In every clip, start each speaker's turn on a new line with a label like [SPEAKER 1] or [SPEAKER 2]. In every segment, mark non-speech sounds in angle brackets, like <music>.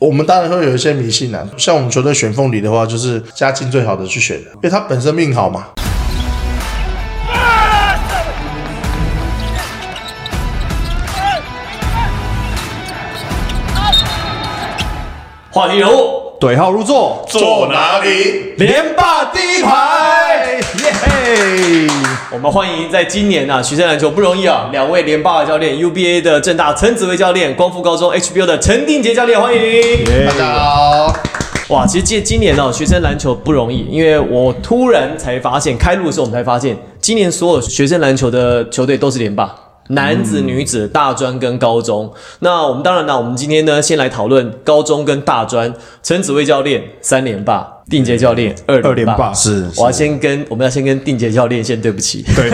[SPEAKER 1] 我们当然会有一些迷信啊，像我们球队选凤梨的话，就是家境最好的去选的，因为他本身命好嘛。
[SPEAKER 2] 话题人物
[SPEAKER 3] 对号入座，
[SPEAKER 1] 坐哪里？
[SPEAKER 3] 连霸第一排，耶嘿！
[SPEAKER 2] 我们欢迎在今年啊，学生篮球不容易啊，两位连霸的教练，UBA 的正大陈子威教练，光复高中 HBO 的陈定杰教练，欢迎。
[SPEAKER 3] 哎
[SPEAKER 1] 大家好，
[SPEAKER 2] 哇，其实今今年哦，学生篮球不容易，因为我突然才发现，开录的时候我们才发现，今年所有学生篮球的球队都是联霸。男子、女子、大专跟高中，那我们当然啦，我们今天呢，先来讨论高中跟大专。陈子威教练三连霸，定杰教练二
[SPEAKER 3] 二连霸
[SPEAKER 2] 霸。
[SPEAKER 3] 是
[SPEAKER 2] 我要先跟我们要先跟定杰教练先对不 <laughs> 起，
[SPEAKER 3] 对，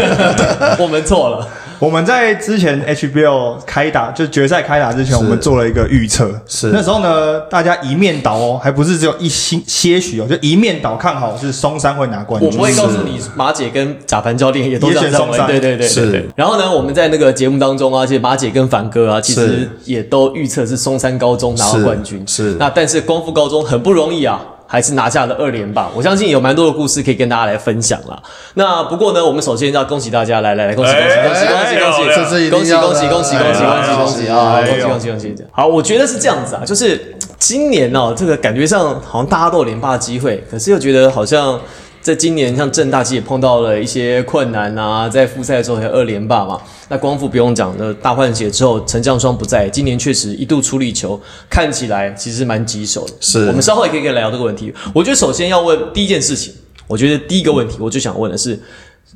[SPEAKER 2] 我们错了。
[SPEAKER 3] 我们在之前 HBO 开打就决赛开打之前，我们做了一个预测，
[SPEAKER 1] 是
[SPEAKER 3] 那时候呢，大家一面倒哦，还不是只有一星些许哦，就一面倒看好是松山会拿冠
[SPEAKER 2] 我
[SPEAKER 3] 军，
[SPEAKER 2] 不会告诉你，马姐跟贾凡教练也都这样
[SPEAKER 3] 也选
[SPEAKER 2] 认
[SPEAKER 3] 松
[SPEAKER 2] 为
[SPEAKER 3] 山，
[SPEAKER 2] 对对对对对
[SPEAKER 1] 是。
[SPEAKER 2] 然后呢，我们在那个节目当中啊，其实马姐跟凡哥啊，其实
[SPEAKER 1] 是
[SPEAKER 2] 也都预测是松山高中拿到
[SPEAKER 1] 是
[SPEAKER 2] 冠军。
[SPEAKER 1] 是
[SPEAKER 2] 那但是光复高中很不容易啊。还是拿下了二连霸，我相信有蛮多的故事可以跟大家来分享啦。那不过呢，我们首先要恭喜大家，来来来，恭喜恭喜恭喜恭喜恭喜！
[SPEAKER 1] 哎这是一
[SPEAKER 2] 恭
[SPEAKER 1] 定
[SPEAKER 2] 喜
[SPEAKER 1] 要的
[SPEAKER 2] 恭喜恭喜恭喜恭喜恭喜啊！
[SPEAKER 1] 哎
[SPEAKER 2] 恭
[SPEAKER 1] 呦
[SPEAKER 2] 喜恭喜恭喜！好，我觉得是这样子啊，就是今年哦、这个感觉上好像大家都有连霸机会，可是又觉得好像在今年像正大其实也碰到了一些困难啊，在复赛的时候还有二连霸嘛。那光复不用讲，那大换血之后陈将双不在，今年确实一度出力球，看起来其实蛮棘手的。
[SPEAKER 1] 是
[SPEAKER 2] 我们稍后也可以跟聊这个问题。我觉得首先要问第一件事情，我觉得第一个问题我就想问的是。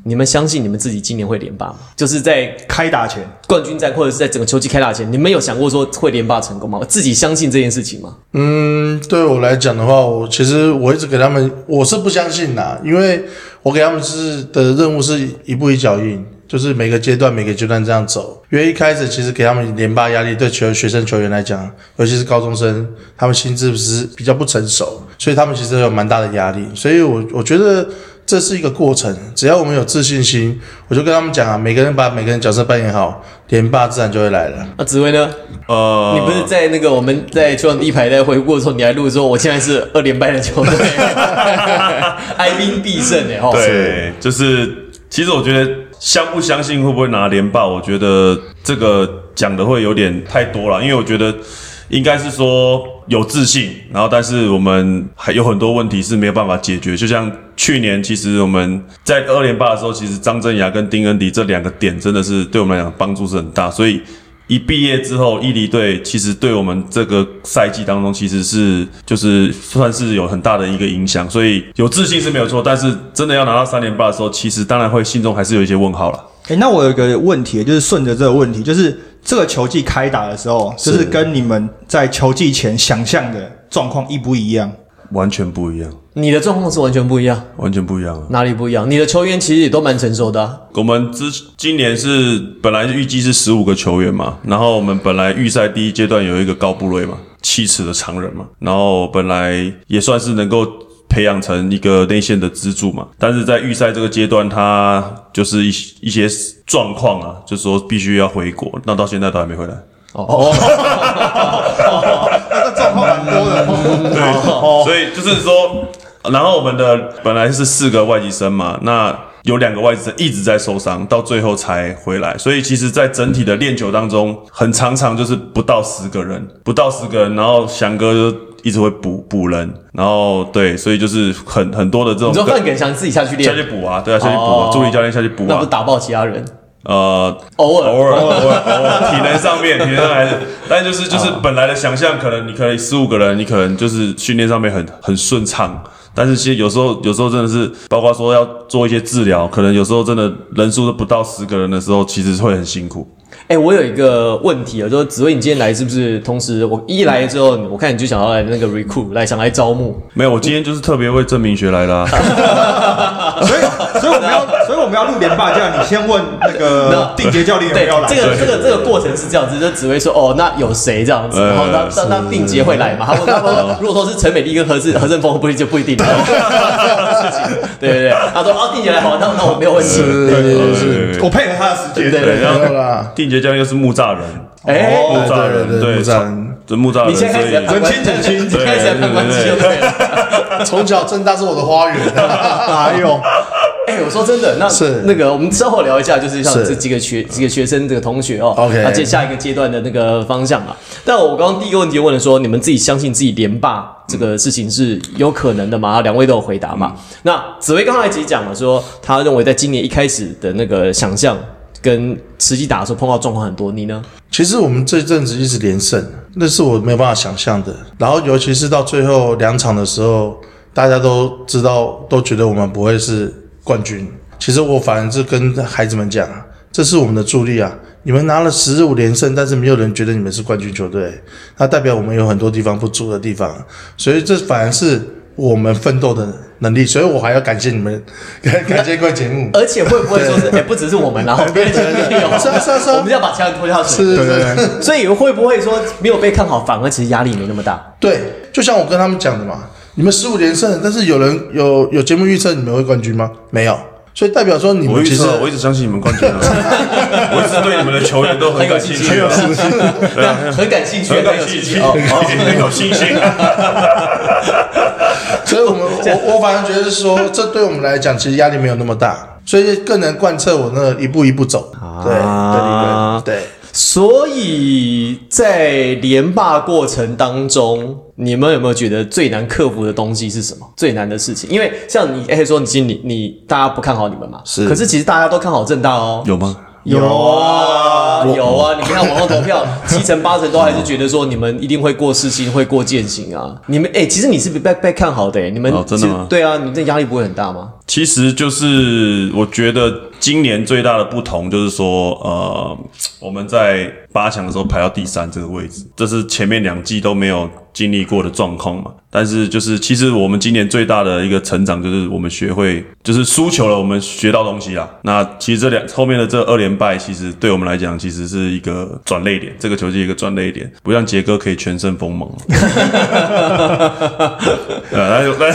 [SPEAKER 2] 你们相信你们自己今年会连霸吗？就是在
[SPEAKER 3] 开打前，
[SPEAKER 2] 冠军战，或者是在整个秋季开打前，你们有想过说会连霸成功吗？我自己相信这件事情吗？
[SPEAKER 1] 嗯，对我来讲的话，我其实我一直给他们，我是不相信啦，因为我给他们是的任务是一步一脚印，就是每个阶段每个阶段这样走。因为一开始其实给他们连霸压力，对球学生球员来讲，尤其是高中生，他们心智是比较不成熟，所以他们其实有蛮大的压力。所以我我觉得。这是一个过程，只要我们有自信心，我就跟他们讲啊，每个人把每个人角色扮演好，连霸自然就会来了。
[SPEAKER 2] 那紫薇呢？
[SPEAKER 4] 呃，
[SPEAKER 2] 你不是在那个我们在球场第一排在回顾的时候，你还录说我现在是二连败的球队， <laughs> 哀兵必胜哎、吼。
[SPEAKER 4] 对，就是其实我觉得相不相信会不会拿连霸，我觉得这个讲的会有点太多了，因为我觉得应该是说有自信，然后但是我们还有很多问题是没有办法解决，就像。去年其实我们在二连霸的时候，其实张镇雅跟丁恩迪这两个点真的是对我们来讲帮助是很大，所以一毕业之后，伊犁队其实对我们这个赛季当中其实是就是算是有很大的一个影响，所以有自信是没有错，但是真的要拿到三连霸的时候，其实当然会心中还是有一些问号了。
[SPEAKER 3] 哎、那我有一个问题，就是顺着这个问题，就是这个球季开打的时候，就是跟你们在球季前想象的状况一不一样？
[SPEAKER 4] 完全不一样，
[SPEAKER 2] 你的状况是完全不一样，
[SPEAKER 4] 完全不一样啊！
[SPEAKER 2] 哪里不一样？你的球员其实也都蛮成熟的啊、
[SPEAKER 4] 我们之今年是本来预计是十五个球员嘛，然后我们本来预赛第一阶段有一个高布瑞嘛，七尺的长人嘛，然后本来也算是能够培养成一个内线的支柱嘛，但是在预赛这个阶段，他就是一些一些状况啊，就说必须要回国，那到现在都还没回来。
[SPEAKER 3] 那状况蛮多 <laughs> 的。
[SPEAKER 4] 对，
[SPEAKER 2] <laughs>
[SPEAKER 4] 所以就是说，然后我们的本来是四个外籍生嘛，那有两个外籍生一直在受伤，到最后才回来。所以其实，在整体的练球当中，很常常就是不到十个人，不到十个人，然后翔哥就一直会补补人，然后对，所以就是很很多的这种
[SPEAKER 2] 你说范耿翔自己下去
[SPEAKER 4] 下
[SPEAKER 2] 练，
[SPEAKER 4] 去补啊，对啊，下去补
[SPEAKER 2] 哦
[SPEAKER 4] 啊，助理教练下去补
[SPEAKER 2] 那不
[SPEAKER 4] 啊
[SPEAKER 2] 是，打爆其他人？
[SPEAKER 4] 呃，
[SPEAKER 2] 偶尔
[SPEAKER 4] 偶尔，偶尔，偶尔，体能上面，体能上还是，但就是就是本来的想象，可能你可以十五个人，你可能就是训练上面很很顺畅，但是其实有时候有时候真的是，包括说要做一些治疗，可能有时候真的人数都不到十个人的时候，其实会很辛苦。
[SPEAKER 2] 哎、我有一个问题啊，就是紫薇，你今天来是不是同时我一来之后，我看你就想要来那个 recruit，来想来招募，
[SPEAKER 4] 没有，我今天就是特别为郑明学来的、啊，
[SPEAKER 3] 所以，所以我们要，所以我们要录连霸将，你先问那个定杰教练有没
[SPEAKER 2] 对
[SPEAKER 3] 有，来。
[SPEAKER 2] 这个这个这个过程是这样子，就紫薇说哦，那有谁这样子，
[SPEAKER 4] 呃
[SPEAKER 2] 然后那那那定杰会来嘛？他说他说如果说是陈美丽跟何志何振峰，不一定就不一定了，对对对，他说哦定杰来好，那那我没有问题，
[SPEAKER 1] 对对对
[SPEAKER 4] 对
[SPEAKER 1] 对，
[SPEAKER 4] 对对
[SPEAKER 3] 我配合他的时
[SPEAKER 2] 对
[SPEAKER 3] 间。
[SPEAKER 2] 对
[SPEAKER 4] 对，然
[SPEAKER 1] 没有
[SPEAKER 4] 后
[SPEAKER 1] 啦，
[SPEAKER 4] 定杰教练又是木栅人，
[SPEAKER 2] 哎、
[SPEAKER 1] 对
[SPEAKER 4] 木栅人，
[SPEAKER 1] 对对，
[SPEAKER 4] 对，
[SPEAKER 1] 不
[SPEAKER 4] 从
[SPEAKER 1] 然
[SPEAKER 4] 这木栅人，
[SPEAKER 2] 你现在开始在
[SPEAKER 4] 所
[SPEAKER 2] 判
[SPEAKER 4] 以
[SPEAKER 2] 官，
[SPEAKER 3] 人亲人亲
[SPEAKER 2] 你开始在判官机就对了。
[SPEAKER 1] 从小正大是我的花园、 <laughs> 啊，
[SPEAKER 3] 哎呦，
[SPEAKER 2] <laughs> 哎、我说真的，那
[SPEAKER 1] 是
[SPEAKER 2] 那个，我们稍后聊一下，就是像
[SPEAKER 1] 是
[SPEAKER 2] 这几个学几个学生这个同学哦
[SPEAKER 1] OK
[SPEAKER 2] 他接下一个阶段的那个方向啊。但我刚刚第一个问题问了说，你们自己相信自己连霸这个事情是有可能的吗？两位都有回答
[SPEAKER 1] 嗯
[SPEAKER 2] 嘛。那紫薇刚才其实讲了说，他认为在今年一开始的那个想象跟实际打的时候碰到状况很多，
[SPEAKER 1] <laughs>
[SPEAKER 2] 你呢？
[SPEAKER 1] 其实我们这阵子一直连胜，那是我没有办法想象的。然后尤其是到最后两场的时候，大家都知道，都觉得我们不会是冠军。其实我反而是跟孩子们讲啊，这是我们的助力啊。你们拿了十五连胜，但是没有人觉得你们是冠军球队，那代表我们有很多地方不足的地方，所以这反而是我们奋斗的能力。所以我还要感谢你们，感感谢怪节目。
[SPEAKER 2] 而且会不会说是，哎、不只是
[SPEAKER 1] <laughs>
[SPEAKER 2] 我们啦，然后别人 <laughs> 也有，
[SPEAKER 1] 是啊是啊是啊
[SPEAKER 2] 我们要把其他人拖下水。
[SPEAKER 1] 是
[SPEAKER 3] <laughs> 对对对，
[SPEAKER 2] 所以会不会说没有被看好，反而其实压力没那么大？
[SPEAKER 1] 对，就像我跟他们讲的嘛，你们十五连胜，但是有人有有节目预测你们会冠军吗？没有，所以代表说你
[SPEAKER 4] 我
[SPEAKER 1] 们
[SPEAKER 4] 一
[SPEAKER 1] 其
[SPEAKER 4] 直
[SPEAKER 1] 实
[SPEAKER 4] 我一直相信你们冠军啊，我一直对你们的球员都很感兴趣啊，
[SPEAKER 2] 对啊，
[SPEAKER 1] 嗯
[SPEAKER 2] 很感兴趣，
[SPEAKER 4] 很
[SPEAKER 2] 很
[SPEAKER 4] 感
[SPEAKER 2] 有
[SPEAKER 4] 兴
[SPEAKER 2] 兴
[SPEAKER 4] 趣，
[SPEAKER 2] 趣哦。
[SPEAKER 4] 很有信心。
[SPEAKER 1] <laughs> 所以我们
[SPEAKER 4] <laughs>
[SPEAKER 1] 我我反而觉得是说，这对我们来讲其实压力没有那么大，所以更能贯彻我那一步一步走。对
[SPEAKER 2] 啊
[SPEAKER 1] 对对对
[SPEAKER 2] 所以在连霸过程当中，你们有没有觉得最难克服的东西是什么？最难的事情？因为像你，哎、说你今你你大家不看好你们嘛，
[SPEAKER 1] 是
[SPEAKER 2] 可是其实大家都看好正大哦。
[SPEAKER 4] 有吗？
[SPEAKER 2] 有啊，有啊！你看网络投票，七成八成都还是觉得说你们一定会过世新，会过践行啊。你们哎、其实你是被被看好的、哎，你们、
[SPEAKER 4] 哦真的吗
[SPEAKER 2] 对啊，你这压力不会很大吗？
[SPEAKER 4] 其实就是我觉得今年最大的不同就是说，呃，我们在八强的时候排到第三这个位置，这是前面两季都没有经历过的状况嘛。但是就是其实我们今年最大的一个成长就是我们学会，就是输球了，我们学到东西啦。那其实这两后面的这二连败，其实对我们来讲其实是一个转泪点，这个球季一个转泪点，不像杰哥可以全身锋芒。呃，那就那。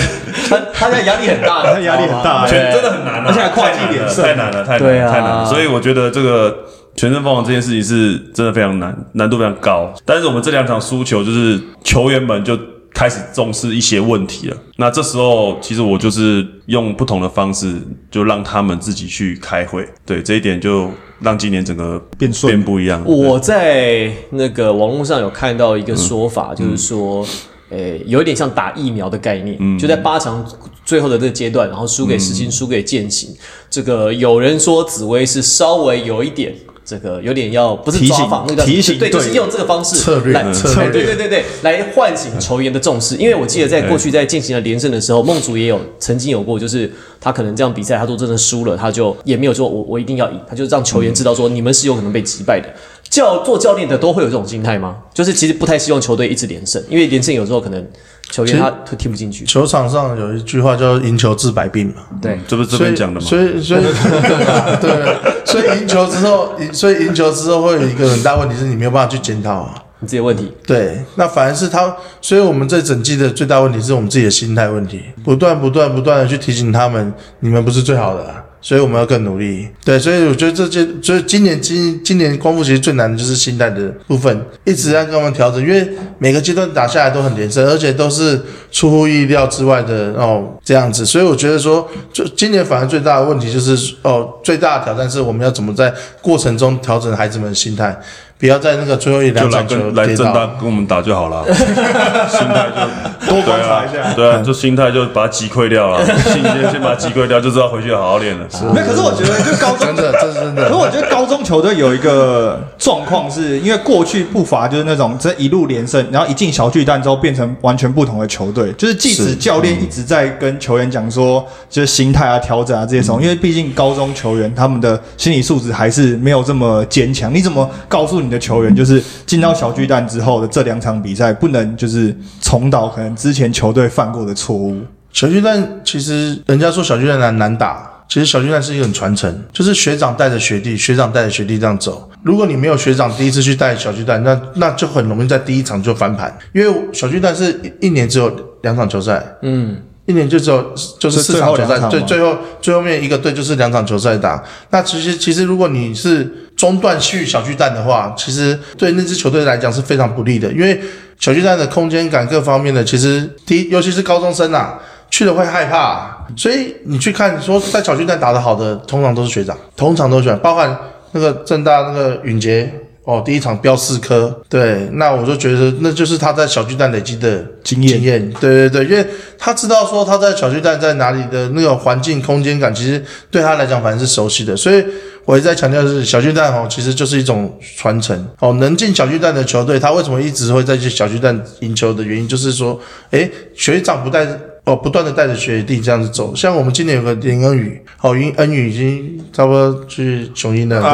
[SPEAKER 2] 他他现在压力很大，
[SPEAKER 3] 他压力很大
[SPEAKER 2] 你知道吗
[SPEAKER 4] 全真的很难啊，
[SPEAKER 3] 而且还跨季连胜
[SPEAKER 4] 太难了，太难了，太
[SPEAKER 2] 对啊
[SPEAKER 4] 难了，太难了。所以我觉得这个全身凤凰这件事情是真的非常难，难度非常高。但是我们这两场输球，就是球员们就。开始重视一些问题了。那这时候，其实我就是用不同的方式，就让他们自己去开会。对这一点，就让今年整个
[SPEAKER 3] 变顺
[SPEAKER 4] 变不一样。
[SPEAKER 2] 我在那个网络上有看到一个说法，
[SPEAKER 3] 嗯
[SPEAKER 2] 就是说，诶、有一点像打疫苗的概念，
[SPEAKER 3] 嗯
[SPEAKER 2] 就在八强最后的这个阶段，然后输给石青，输给践行。这个有人说紫薇是稍微有一点。这个有点要不是
[SPEAKER 3] 提醒
[SPEAKER 2] 抓访那个叫
[SPEAKER 3] 提醒
[SPEAKER 2] 对，
[SPEAKER 3] 对
[SPEAKER 2] 就是用这个方式
[SPEAKER 1] 策略
[SPEAKER 2] 来
[SPEAKER 1] 策略
[SPEAKER 2] 对对对对，来唤醒球员的重视。因为我记得在过去在进行了连胜的时候，梦竹也有曾经有过，就是他可能这样比赛，他说真的输了，他就也没有说我我一定要赢，他就让球员知道说你们是有可能被击败的。教做教练的都会有这种心态吗？就是其实不太希望球队一直连胜，因为连胜有时候可能球员他会踢不进去。
[SPEAKER 1] 球场上有一句话叫“赢球治百病”嘛，
[SPEAKER 2] 对，
[SPEAKER 4] 这不是这
[SPEAKER 1] 所以
[SPEAKER 4] 边讲的吗？
[SPEAKER 1] 所以所以对啊对啊，所以赢球之后，赢所以赢球之后会有一个很大问题是你没有办法去检讨啊。
[SPEAKER 2] 你自己的问题。
[SPEAKER 1] 对，那反而是他，所以我们这整季的最大问题是我们自己的心态问题，不断、不断、不断的去提醒他们，你们不是最好的啊、所以我们要更努力。对，所以我觉得这些，所以今年今今年光复其实最难的就是心态的部分，一直在跟我们调整，因为每个阶段打下来都很连胜，而且都是出乎意料之外的哦这样子，所以我觉得说，就今年反而最大的问题就是哦，最大的挑战是我们要怎么在过程中调整孩子们的心态。不要在那个最后一
[SPEAKER 4] 就
[SPEAKER 1] 两
[SPEAKER 4] 来
[SPEAKER 1] 场球
[SPEAKER 4] 跟来
[SPEAKER 1] 跌
[SPEAKER 4] 正
[SPEAKER 1] 倒
[SPEAKER 4] 大跟我们打就
[SPEAKER 1] <laughs>
[SPEAKER 4] 好了，心态就
[SPEAKER 3] 多观察一下
[SPEAKER 4] 对啊，对啊，就心态就把它击溃掉了，信心先把它击溃掉，就知道回去好好练了。
[SPEAKER 3] 没有，可是我觉得就高中
[SPEAKER 1] 嗯真的，这是真
[SPEAKER 3] 可是
[SPEAKER 1] 的。
[SPEAKER 3] 我觉得高中球队有一个状况是，因为过去不乏就是那种这一路连胜，然后一进小巨蛋之后变成完全不同的球队。就是即使教练一直在跟球员讲说，就是心态啊、调整啊这些什
[SPEAKER 1] 嗯
[SPEAKER 3] 么，因为毕竟高中球员他们的心理素质还是没有这么坚强。你怎么告诉你的球员，就是进到小巨蛋之后的这两场比赛，不能就是重蹈可能之前球队犯过的错误？
[SPEAKER 1] 小巨蛋其实人家说小巨蛋难难打，其实小巨蛋是一种传承，就是学长带着学弟，学长带着学弟这样走。如果你没有学长第一次去带小巨蛋，那那就很容易在第一场就翻盘，因为小巨蛋是一一年只有两场球赛，嗯，一年就只有就是
[SPEAKER 3] 是
[SPEAKER 1] 四场球
[SPEAKER 3] 最后两
[SPEAKER 1] 赛，
[SPEAKER 3] 场
[SPEAKER 1] 对，
[SPEAKER 3] 吗
[SPEAKER 1] 最后最后面一个队就是两场球赛打。那其实其实如果你是中断去小巨蛋的话，其实对那支球队来讲是非常不利的，因为小巨蛋的空间感各方面的，其实第一，尤其是高中生啊，去了会害怕、所以你去看说在小巨蛋打得好的，通常都是学长，通常都是学长，包含那个正大那个允杰。哦，第一场飙四颗，对，那我就觉得那就是他在小巨蛋累积的
[SPEAKER 3] 经验
[SPEAKER 1] 经验，对对对，因为他知道说他在小巨蛋在哪里的那个环境空间感，其实对他来讲反正是熟悉的，所以我一再强调的是小巨蛋哦，其实就是一种传承哦，能进小巨蛋的球队，他为什么一直会在这小巨蛋赢球的原因，就是说，诶，学长不带。哦，不断的带着学弟这样子走，像我们今年有个林恩宇，哦，林恩宇已经差不多去雄鹰了，对，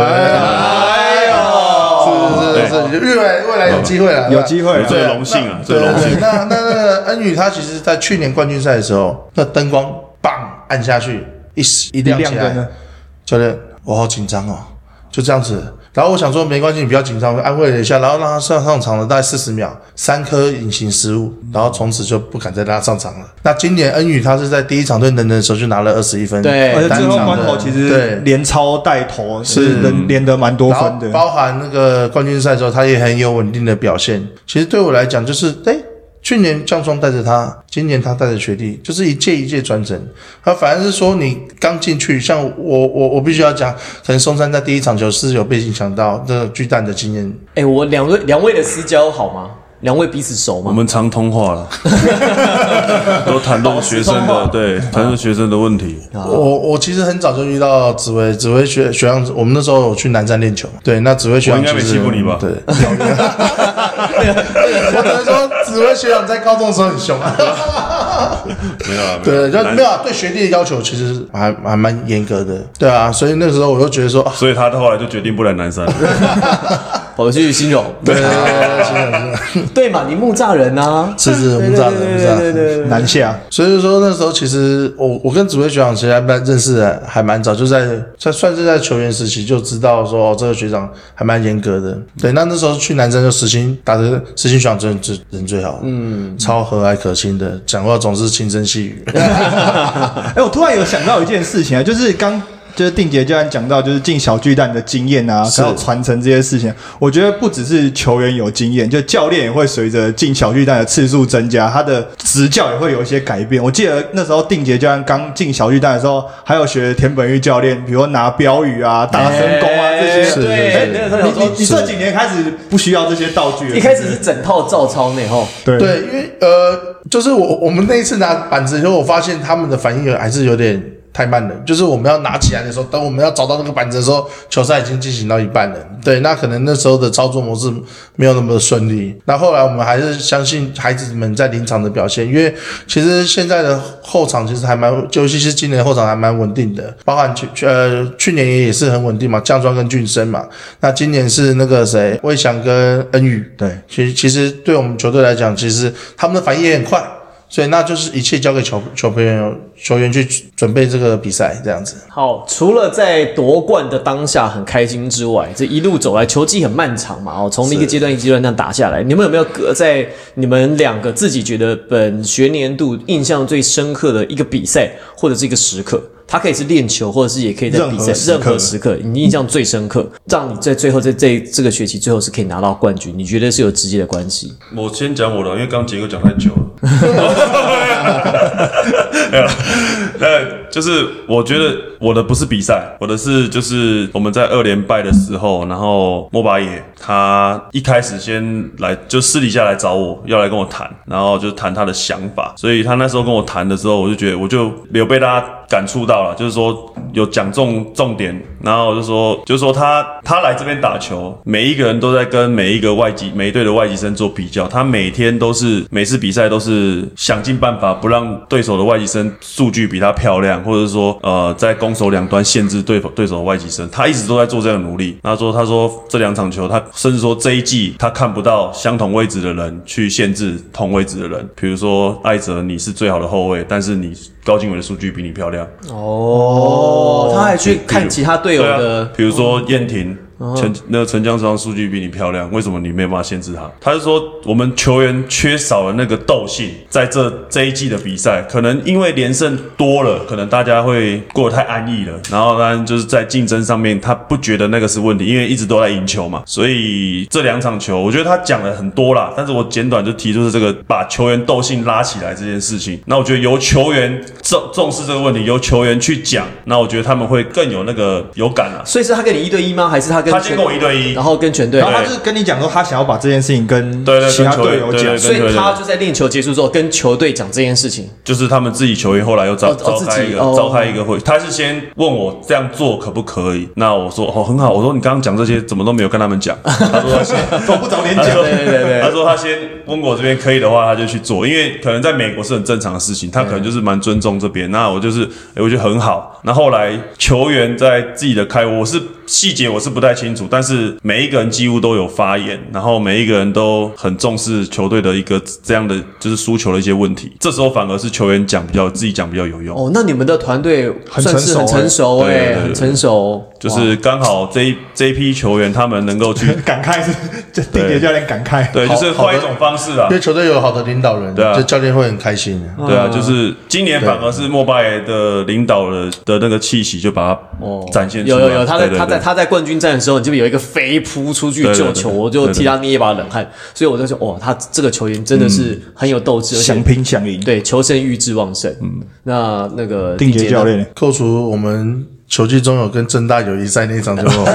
[SPEAKER 3] 哎呦，
[SPEAKER 1] 是是是，未来未来有机会了，
[SPEAKER 3] 有机会啊
[SPEAKER 4] 有这个荣幸啊，这
[SPEAKER 1] 呃对
[SPEAKER 4] 个荣
[SPEAKER 1] 对对
[SPEAKER 4] 幸。
[SPEAKER 1] 那那那个恩宇他其实在去年冠军赛的时候，那灯光棒按下去，一时一亮起
[SPEAKER 3] 的
[SPEAKER 1] 来，教练，我好紧张哦，就这样子。然后我想说没关系，你不要紧张，我安慰了一下，然后让他上上场了大概四十秒，三颗隐形失误，然后从此就不敢再让他上场了。那今年恩宇他是在第一场对能人的时候就拿了二十一分，
[SPEAKER 2] 对
[SPEAKER 3] 而且最
[SPEAKER 1] 哎单
[SPEAKER 3] 后
[SPEAKER 1] 场
[SPEAKER 3] 关
[SPEAKER 1] 的
[SPEAKER 3] 头其
[SPEAKER 1] 对
[SPEAKER 3] 实连超带头是连连得蛮多
[SPEAKER 1] 然后
[SPEAKER 3] 分的，
[SPEAKER 1] 包含那个冠军赛的时候，他也很有稳定的表现。其实对我来讲，就是哎，去年降双带着他，今年他带着学弟，就是一届一届传承。他反而是说，你刚进去，像我我我必须要讲，可能松山在第一场球是有被影响到这个巨蛋的经验。
[SPEAKER 2] 哎、我两位两位的私交好吗？两位彼此熟
[SPEAKER 4] 我
[SPEAKER 2] 吗？
[SPEAKER 4] 们常通话
[SPEAKER 1] <laughs>
[SPEAKER 4] 了，都谈论学生
[SPEAKER 2] 保持通话
[SPEAKER 4] 的对，谈论学生的问题。
[SPEAKER 1] 我我其实很早就遇到紫薇，紫薇学学长，我们那时候有去南山练球，对，那紫薇学长
[SPEAKER 4] 我应该没
[SPEAKER 1] 其实
[SPEAKER 4] 欺负你吧 <laughs>
[SPEAKER 1] 对，我只能说紫薇学长在高中的时候很凶啊。
[SPEAKER 4] 没有啊，
[SPEAKER 1] 对，就
[SPEAKER 4] 男
[SPEAKER 1] 没有啊对学弟的要求其实还还蛮严格的，对啊，所以那时候我就觉得说，啊、
[SPEAKER 4] 所以他后来就决定不来南山了。
[SPEAKER 2] 跑去新荣，
[SPEAKER 1] 对对对
[SPEAKER 2] 对嘛？你木栅人啊，
[SPEAKER 1] 是是木栅人
[SPEAKER 2] <laughs> 对
[SPEAKER 1] 木栅人
[SPEAKER 2] 对对对对对
[SPEAKER 1] <laughs>
[SPEAKER 3] 南下
[SPEAKER 1] 啊所以说那时候其实我我跟紫薇学长其实还蛮认识的，还蛮早，就在在算是在球员时期就知道说、哦、这个学长还蛮严格的。对，那那时候去南山就实心打的实心学长真的最人最好，嗯，超和蔼可亲的，讲话总是轻声细语。
[SPEAKER 3] 哎、我突然有想到一件事情啊，就是刚就是定杰教练讲到，就是进小巨蛋的经验啊，还有传承这些事情，我觉得不只是球员有经验，就教练也会随着进小巨蛋的次数增加，他的执教也会有一些改变。我记得那时候定杰教练刚进小巨蛋的时候，还有学田本玉教练，比如拿标语啊、打神功啊这些。
[SPEAKER 2] 哎
[SPEAKER 1] 哎是
[SPEAKER 2] 对，
[SPEAKER 1] 是
[SPEAKER 2] 那个时候
[SPEAKER 3] 你
[SPEAKER 2] 想
[SPEAKER 3] 你
[SPEAKER 2] 说
[SPEAKER 3] 你这几年开始不需要这些道具
[SPEAKER 2] <laughs>
[SPEAKER 3] 了，
[SPEAKER 2] 一开始是整套照抄呢，吼，
[SPEAKER 3] 对
[SPEAKER 1] 对，因为呃，就是我我们那一次拿板子以后，我发现他们的反应有还是有点太慢了。就是我们要拿起来的时候，等我们要找到那个板子的时候，球赛已经进行到一半了。对，那可能那时候的操作模式没有那么的顺利。那后来我们还是相信孩子们在临场的表现，因为其实现在的后场其实还蛮，尤其是今年的后场还蛮稳定的，包含去去呃去年也也是很稳定嘛，降庄跟俊生嘛。那今年是那个谁，魏翔跟恩宇，
[SPEAKER 3] 对
[SPEAKER 1] 其实其实对我们球队来讲，其实他们的反应也很快，所以那就是一切交给球球员球员去准备这个比赛这样子。
[SPEAKER 2] 好，除了在夺冠的当下很开心之外，这一路走来球季很漫长嘛，哦，从一个阶段一个阶段这样打下来，你们有没有个在你们两个自己觉得本学年度印象最深刻的一个比赛或者是一个时刻？它可以是练球，或者是也可以在比赛任
[SPEAKER 3] 任
[SPEAKER 2] 何
[SPEAKER 3] 何
[SPEAKER 2] 时
[SPEAKER 3] 时
[SPEAKER 2] 刻，你印象最深刻，让你在最后在这这个学期最后是可以拿到冠军，你觉得是有直接的关系？
[SPEAKER 4] 我先讲我的，因为刚杰哥讲太久了。呃，就是我觉得我的不是比赛，我的是就是我们在二连败的时候，然后莫巴野他一开始先来就私底下来找我，要来跟我谈，然后就谈他的想法，所以他那时候跟我谈的时候，我就觉得我就有被大家感触到了，就是说有讲中重点，然后我就说就是说他他来这边打球，每一个人都在跟每一个外籍每一队的外籍生做比较，他每天都是每次比赛都是想尽办法不让对手的外籍生数据比他漂亮，或者说呃在攻守两端限制对对手的外籍生，他一直都在做这样的努力。他说他说这两场球，他甚至说这一季他看不到相同位置的人去限制同位置的人，比如说艾泽你是最好的后卫，但是你高经纬的数据比你漂亮，
[SPEAKER 2] 哦，他还去看其他队友
[SPEAKER 4] 对啊
[SPEAKER 2] 的，
[SPEAKER 4] 比如说燕婷。陈那个陈江双数据比你漂亮，为什么你没有办法限制他？他是说我们球员缺少了那个斗性，在这这一季的比赛，可能因为连胜多了，可能大家会过得太安逸了，然后当然就是在竞争上面，他不觉得那个是问题，因为一直都在赢球嘛。所以这两场球，我觉得他讲了很多啦，但是我简短就提出是这个把球员斗性拉起来这件事情。那我觉得由球员重重视这个问题，由球员去讲，那我觉得他们会更有那个有感啊。
[SPEAKER 2] 所以是他跟你一对一吗？还是他跟
[SPEAKER 4] 他先
[SPEAKER 2] 全
[SPEAKER 4] 跟我一对一
[SPEAKER 2] 然，后跟全队
[SPEAKER 3] 然？后他是跟你讲说，他想要把这件事情跟
[SPEAKER 4] 对对跟
[SPEAKER 3] 其他
[SPEAKER 4] 球员
[SPEAKER 3] 队友
[SPEAKER 4] 对
[SPEAKER 3] 讲
[SPEAKER 4] 对，
[SPEAKER 2] 所以他就在练球结束之后跟球队讲这件事情。
[SPEAKER 4] 就是他们自己球员后来又召
[SPEAKER 2] 哦哦
[SPEAKER 4] 召开一个
[SPEAKER 2] 自己哦
[SPEAKER 4] 召开一个会，他是先问我这样做可不可以？那我说哦很好，我说你刚刚讲这些怎么都没有跟他们讲，他说他先
[SPEAKER 3] 怎么不早点
[SPEAKER 4] <laughs> 他
[SPEAKER 3] 讲？
[SPEAKER 4] 说
[SPEAKER 2] 对对对
[SPEAKER 4] 他说他先温国这边可以的话，他就去做，因为可能在美国是很正常的事情，他可能就是蛮尊重这边。那我就是，诶我觉得很好。那后来球员在自己的开，我是细节我是不太清楚，但是每一个人几乎都有发言，然后每一个人都很重视球队的一个这样的就是输球的一些问题。这时候反而是球员讲比较自己讲比较有用。
[SPEAKER 2] 哦，那你们的团队
[SPEAKER 3] 很
[SPEAKER 2] 算是很
[SPEAKER 3] 成熟
[SPEAKER 2] 成熟
[SPEAKER 4] 欸对对
[SPEAKER 2] 哎，
[SPEAKER 4] 对
[SPEAKER 2] 很成熟，
[SPEAKER 4] 就是刚好这一这一批球员，他们能够去
[SPEAKER 3] 感慨是，这定杰教练感慨。
[SPEAKER 4] 对，就是换一种方式啊啦
[SPEAKER 1] 因。为球队有好的领导人，
[SPEAKER 4] 对啊
[SPEAKER 1] 这教练会很开心的。
[SPEAKER 4] 对啊，就是今年反而是莫巴耶的领导的的那个气息，就把
[SPEAKER 2] 哦
[SPEAKER 4] 它展现出
[SPEAKER 2] 有
[SPEAKER 4] 来。
[SPEAKER 2] 有有，他在
[SPEAKER 4] 对对
[SPEAKER 2] 他在
[SPEAKER 4] 对
[SPEAKER 2] 他在冠军战的时候，你就有一个飞扑出去
[SPEAKER 4] 对对
[SPEAKER 2] 救
[SPEAKER 4] 对
[SPEAKER 2] 球，
[SPEAKER 4] 对
[SPEAKER 2] 我就
[SPEAKER 4] 对对
[SPEAKER 2] 替他捏一把冷汗，所以我就说，哦，他这个球员真的是很有斗志，而且
[SPEAKER 4] 嗯
[SPEAKER 3] 想拼想赢。
[SPEAKER 2] 对求胜欲志旺盛。嗯，那那个
[SPEAKER 3] 定杰
[SPEAKER 2] 呢
[SPEAKER 3] 教练，
[SPEAKER 1] 扣除我们球季中有跟正大友谊赛那一场之
[SPEAKER 4] <laughs>
[SPEAKER 1] 后，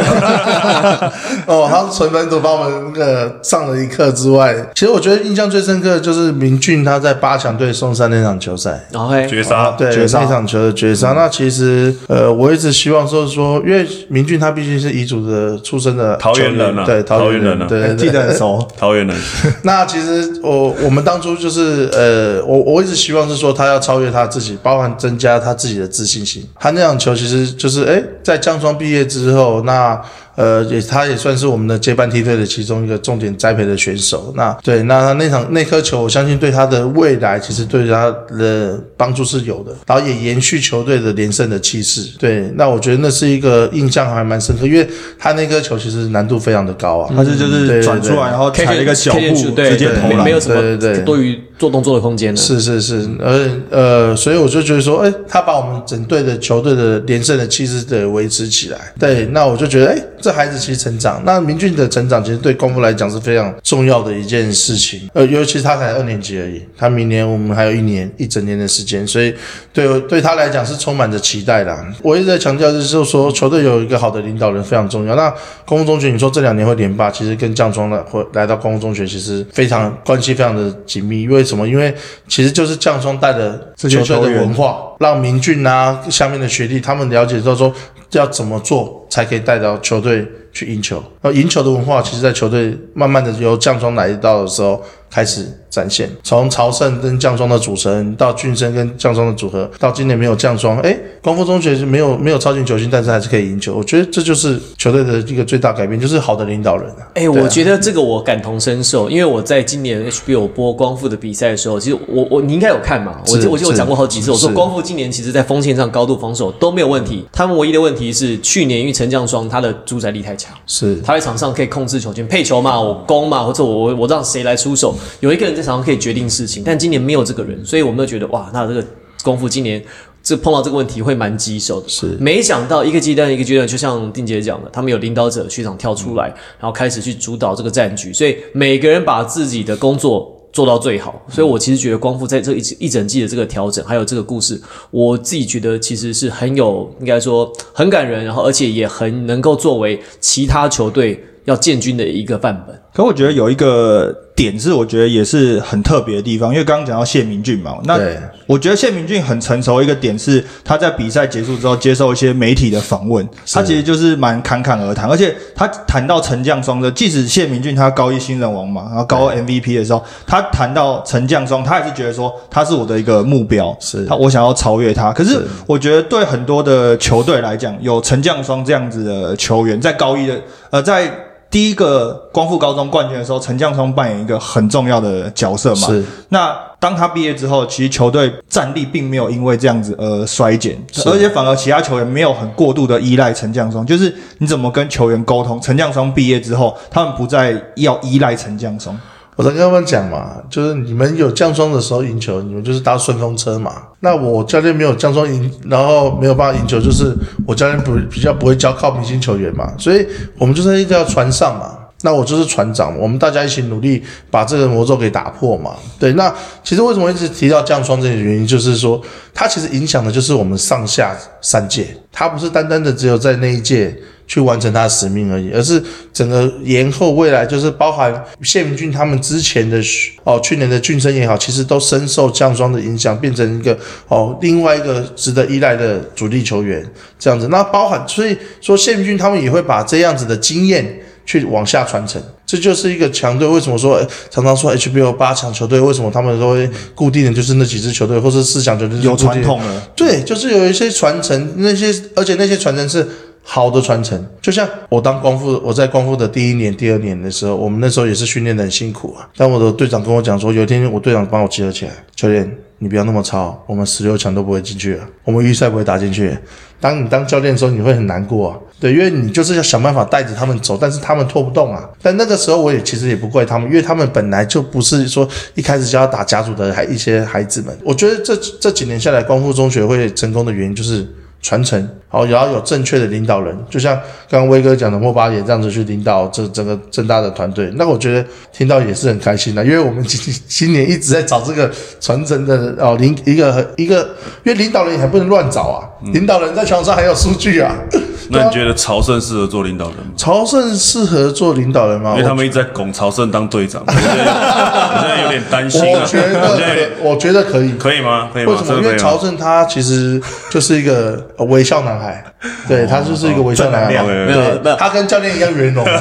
[SPEAKER 1] 哦，他纯本土帮我们那个上了一课之外，其实我觉得印象最深刻的就是明俊他在八强对宋山那场球赛。
[SPEAKER 2] 然后嘿
[SPEAKER 4] 绝杀，
[SPEAKER 1] 哦
[SPEAKER 4] 嗯
[SPEAKER 1] 对
[SPEAKER 3] 绝杀
[SPEAKER 1] 那场球的绝杀，那其实呃，我一直希望说说，因为明俊他毕竟是彝族的出生的
[SPEAKER 4] 桃园人啊
[SPEAKER 1] 球员对园
[SPEAKER 4] 桃园人啊
[SPEAKER 1] 对对对
[SPEAKER 3] 哎记得很熟。
[SPEAKER 4] 桃
[SPEAKER 1] <laughs>
[SPEAKER 4] 园人，
[SPEAKER 1] 那其实我我们当初就是呃，我我一直希望是说他要超越他自己，包含增加他自己的自信心。他那场球其实就是哎，诶在降双毕业之后，那呃也他也算是我们的接班梯队的其中一个重点栽培的选手。那对，那他那场那颗球，我相信对他的未来其实对他的帮助是有的，然后也延续球队的连胜的气势。对，那我觉得那是一个印象还蛮深刻，因为他那颗球其实难度非常的高啊。
[SPEAKER 3] 他是就
[SPEAKER 1] 对对
[SPEAKER 3] 是
[SPEAKER 1] 对
[SPEAKER 3] 转出来，然后
[SPEAKER 2] K
[SPEAKER 3] 踩了一个脚步，
[SPEAKER 2] 对
[SPEAKER 3] 直接
[SPEAKER 2] 对
[SPEAKER 3] 投
[SPEAKER 2] 没
[SPEAKER 3] 篮
[SPEAKER 2] 没。有什
[SPEAKER 1] 对对
[SPEAKER 2] 么
[SPEAKER 1] 对
[SPEAKER 2] 多余做动作的空间了。
[SPEAKER 1] 是是是，而呃，所以我就觉得说，哎、他把我们整队的球队的连胜的气势给维持起来。对，那我就觉得，哎、这孩子其实成长，那明俊的成长其实对功夫来讲是非常重要的一件事情。呃，尤其他才二年级而已，他明年我们还有一年一整年的时间，所以对我对他来讲是充满着期待的啊。我一直在强调，就是说球队有一个好的领导人非常重要。那公共中学，你说这两年会连霸，其实跟降庄的会来到公共中学，其实非常关系非常的紧密。因为什么？因为其实就是降庄带的
[SPEAKER 3] 这
[SPEAKER 1] 球
[SPEAKER 3] 些
[SPEAKER 1] 队
[SPEAKER 3] 球员
[SPEAKER 1] 的文化，让民俊啊下面的学弟他们了解到说要怎么做才可以带到球队去赢球。而赢球的文化，其实在球队慢慢的由降庄来到的时候开始展现，从朝圣跟降庄的组成，到俊生跟降庄的组合，到今年没有降庄，哎，光复中学是没有没有超进球星，但是还是可以赢球。我觉得这就是球队的一个最大改变，就是好的领导人啊。
[SPEAKER 2] 哎、我觉得这个我感同身受，因为我在今年 HBO 播光复的比赛的时候，其实我我你应该有看嘛，我
[SPEAKER 1] 是
[SPEAKER 2] 记我记得我
[SPEAKER 1] 是
[SPEAKER 2] 讲过好几次，我说
[SPEAKER 1] 是
[SPEAKER 2] 光复今年其实在锋线上高度防守都没有问题，他们唯一的问题是去年因为陈将双他的主宰力太强，
[SPEAKER 1] 是
[SPEAKER 2] 他在场上可以控制球权，配球嘛，我攻嘛，或者我我我让谁来出手，有一个人在场上可以决定事情，但今年没有这个人，所以我们就觉得哇，那这个功夫今年。这碰到这个问题会蛮棘手的，
[SPEAKER 1] 是
[SPEAKER 2] 没想到一个阶段一个阶段，就像定姐讲的，他们有领导者区长跳出来，然后开始去主导这个战局，所以每个人把自己的工作做到最
[SPEAKER 1] 嗯
[SPEAKER 2] 好。所以我其实觉得光复在这一一整季的这个调整，还有这个故事，我自己觉得其实是很有，应该说很感人，然后而且也很能够作为其他球队要建军的一个范本。
[SPEAKER 3] 可我觉得有一个点是，我觉得也是很特别的地方，因为刚刚讲到谢明俊嘛，那
[SPEAKER 1] 对
[SPEAKER 3] 我觉得谢明俊很成熟一个点是，他在比赛结束之后接受一些媒体的访问，他其实就是蛮侃侃而谈，而且他谈到陈将双的，即使谢明俊他高一新人王嘛，然后高二 MVP 的时候，他谈到陈将双，他也是觉得说他是我的一个目标，
[SPEAKER 1] 是
[SPEAKER 3] 他我想要超越他。可是我觉得对很多的球队来讲，有陈将双这样子的球员，在高一的呃在。第一个光复高中冠军的时候，陈将聪扮演一个很重要的角色嘛。
[SPEAKER 1] 是。
[SPEAKER 3] 那当他毕业之后，其实球队战力并没有因为这样子而衰减，而且反而其他球员没有很过度的依赖陈将松，就是你怎么跟球员沟通？陈将松毕业之后，他们不再要依赖陈将松。
[SPEAKER 1] 我在跟他们讲嘛，就是你们有降双的时候赢球，你们就是搭顺风车嘛。那我教练没有降双赢，然后没有办法赢球，就是我教练不比较不会教靠明星球员嘛，所以我们就是一定要船上嘛。那我就是船长，我们大家一起努力把这个魔咒给打破嘛。对，那其实为什么一直提到降双这些原因，就是说它其实影响的就是我们上下三界，它不是单单的只有在那一届去完成他的使命而已，而是整个延后未来，就是包含谢明俊他们之前的哦，去年的俊生也好，其实都深受降霜的影响，变成一个哦另外一个值得依赖的呃主力球员这样子。那包含所以说谢明俊他们也会把这样子的经验。去往下传承，这就是一个强队。为什么说、呃常常说 HBO 八强球队？为什么他们都会固定的就是那几支球队，或是四强球队就是固
[SPEAKER 3] 有
[SPEAKER 1] 定的
[SPEAKER 3] 传统了，
[SPEAKER 1] 对，就是有一些传承，那些而且那些传承是好的传承。就像我当光复，我在光复的第一年、第二年的时候，我们那时候也是训练的很辛苦啊。但我的队长跟我讲说，有一天我队长帮我集合起来，教练。你不要那么操，我们十六强都不会进去啊，我们预赛不会打进去。当你当教练的时候，你会很难过啊，对，因为你就是要想办法带着他们走，但是他们拖不动啊。但那个时候我也其实也不怪他们，因为他们本来就不是说一开始就要打甲组的孩一些孩子们。我觉得这这几年下来，光复中学会成功的原因就是传承，好，也要有正确的领导人，就像刚刚威哥讲的莫巴也这样子去领导这整个正大的团队。那我觉得听到也是很开心啊的，因为我们今今年一直在找这个传承的哦领一个一个，因为领导人也还不能乱找啊，
[SPEAKER 4] 嗯
[SPEAKER 1] 领导人在墙上还有数据啊。 <laughs>
[SPEAKER 4] 那你觉得朝圣适合做领导人吗？
[SPEAKER 1] 朝圣适合做领导人吗？
[SPEAKER 4] 因为他们一直在拱朝圣当队长，我现在我现在有点担心啊。
[SPEAKER 1] 我觉得，
[SPEAKER 4] <laughs> 我现在有点
[SPEAKER 1] 我觉得可以。
[SPEAKER 4] 可以吗？可以吗？
[SPEAKER 1] 为什么？
[SPEAKER 4] 真
[SPEAKER 1] 因
[SPEAKER 4] 的可
[SPEAKER 1] 为
[SPEAKER 4] 以
[SPEAKER 1] 朝
[SPEAKER 4] 吗？
[SPEAKER 1] 圣他其实就是一个呃微笑男孩，对他就是一个微笑男
[SPEAKER 3] 正能
[SPEAKER 1] 孩
[SPEAKER 3] 量。
[SPEAKER 2] 没有，没有，
[SPEAKER 1] 他跟教练一样圆融，
[SPEAKER 4] <laughs>
[SPEAKER 1] 他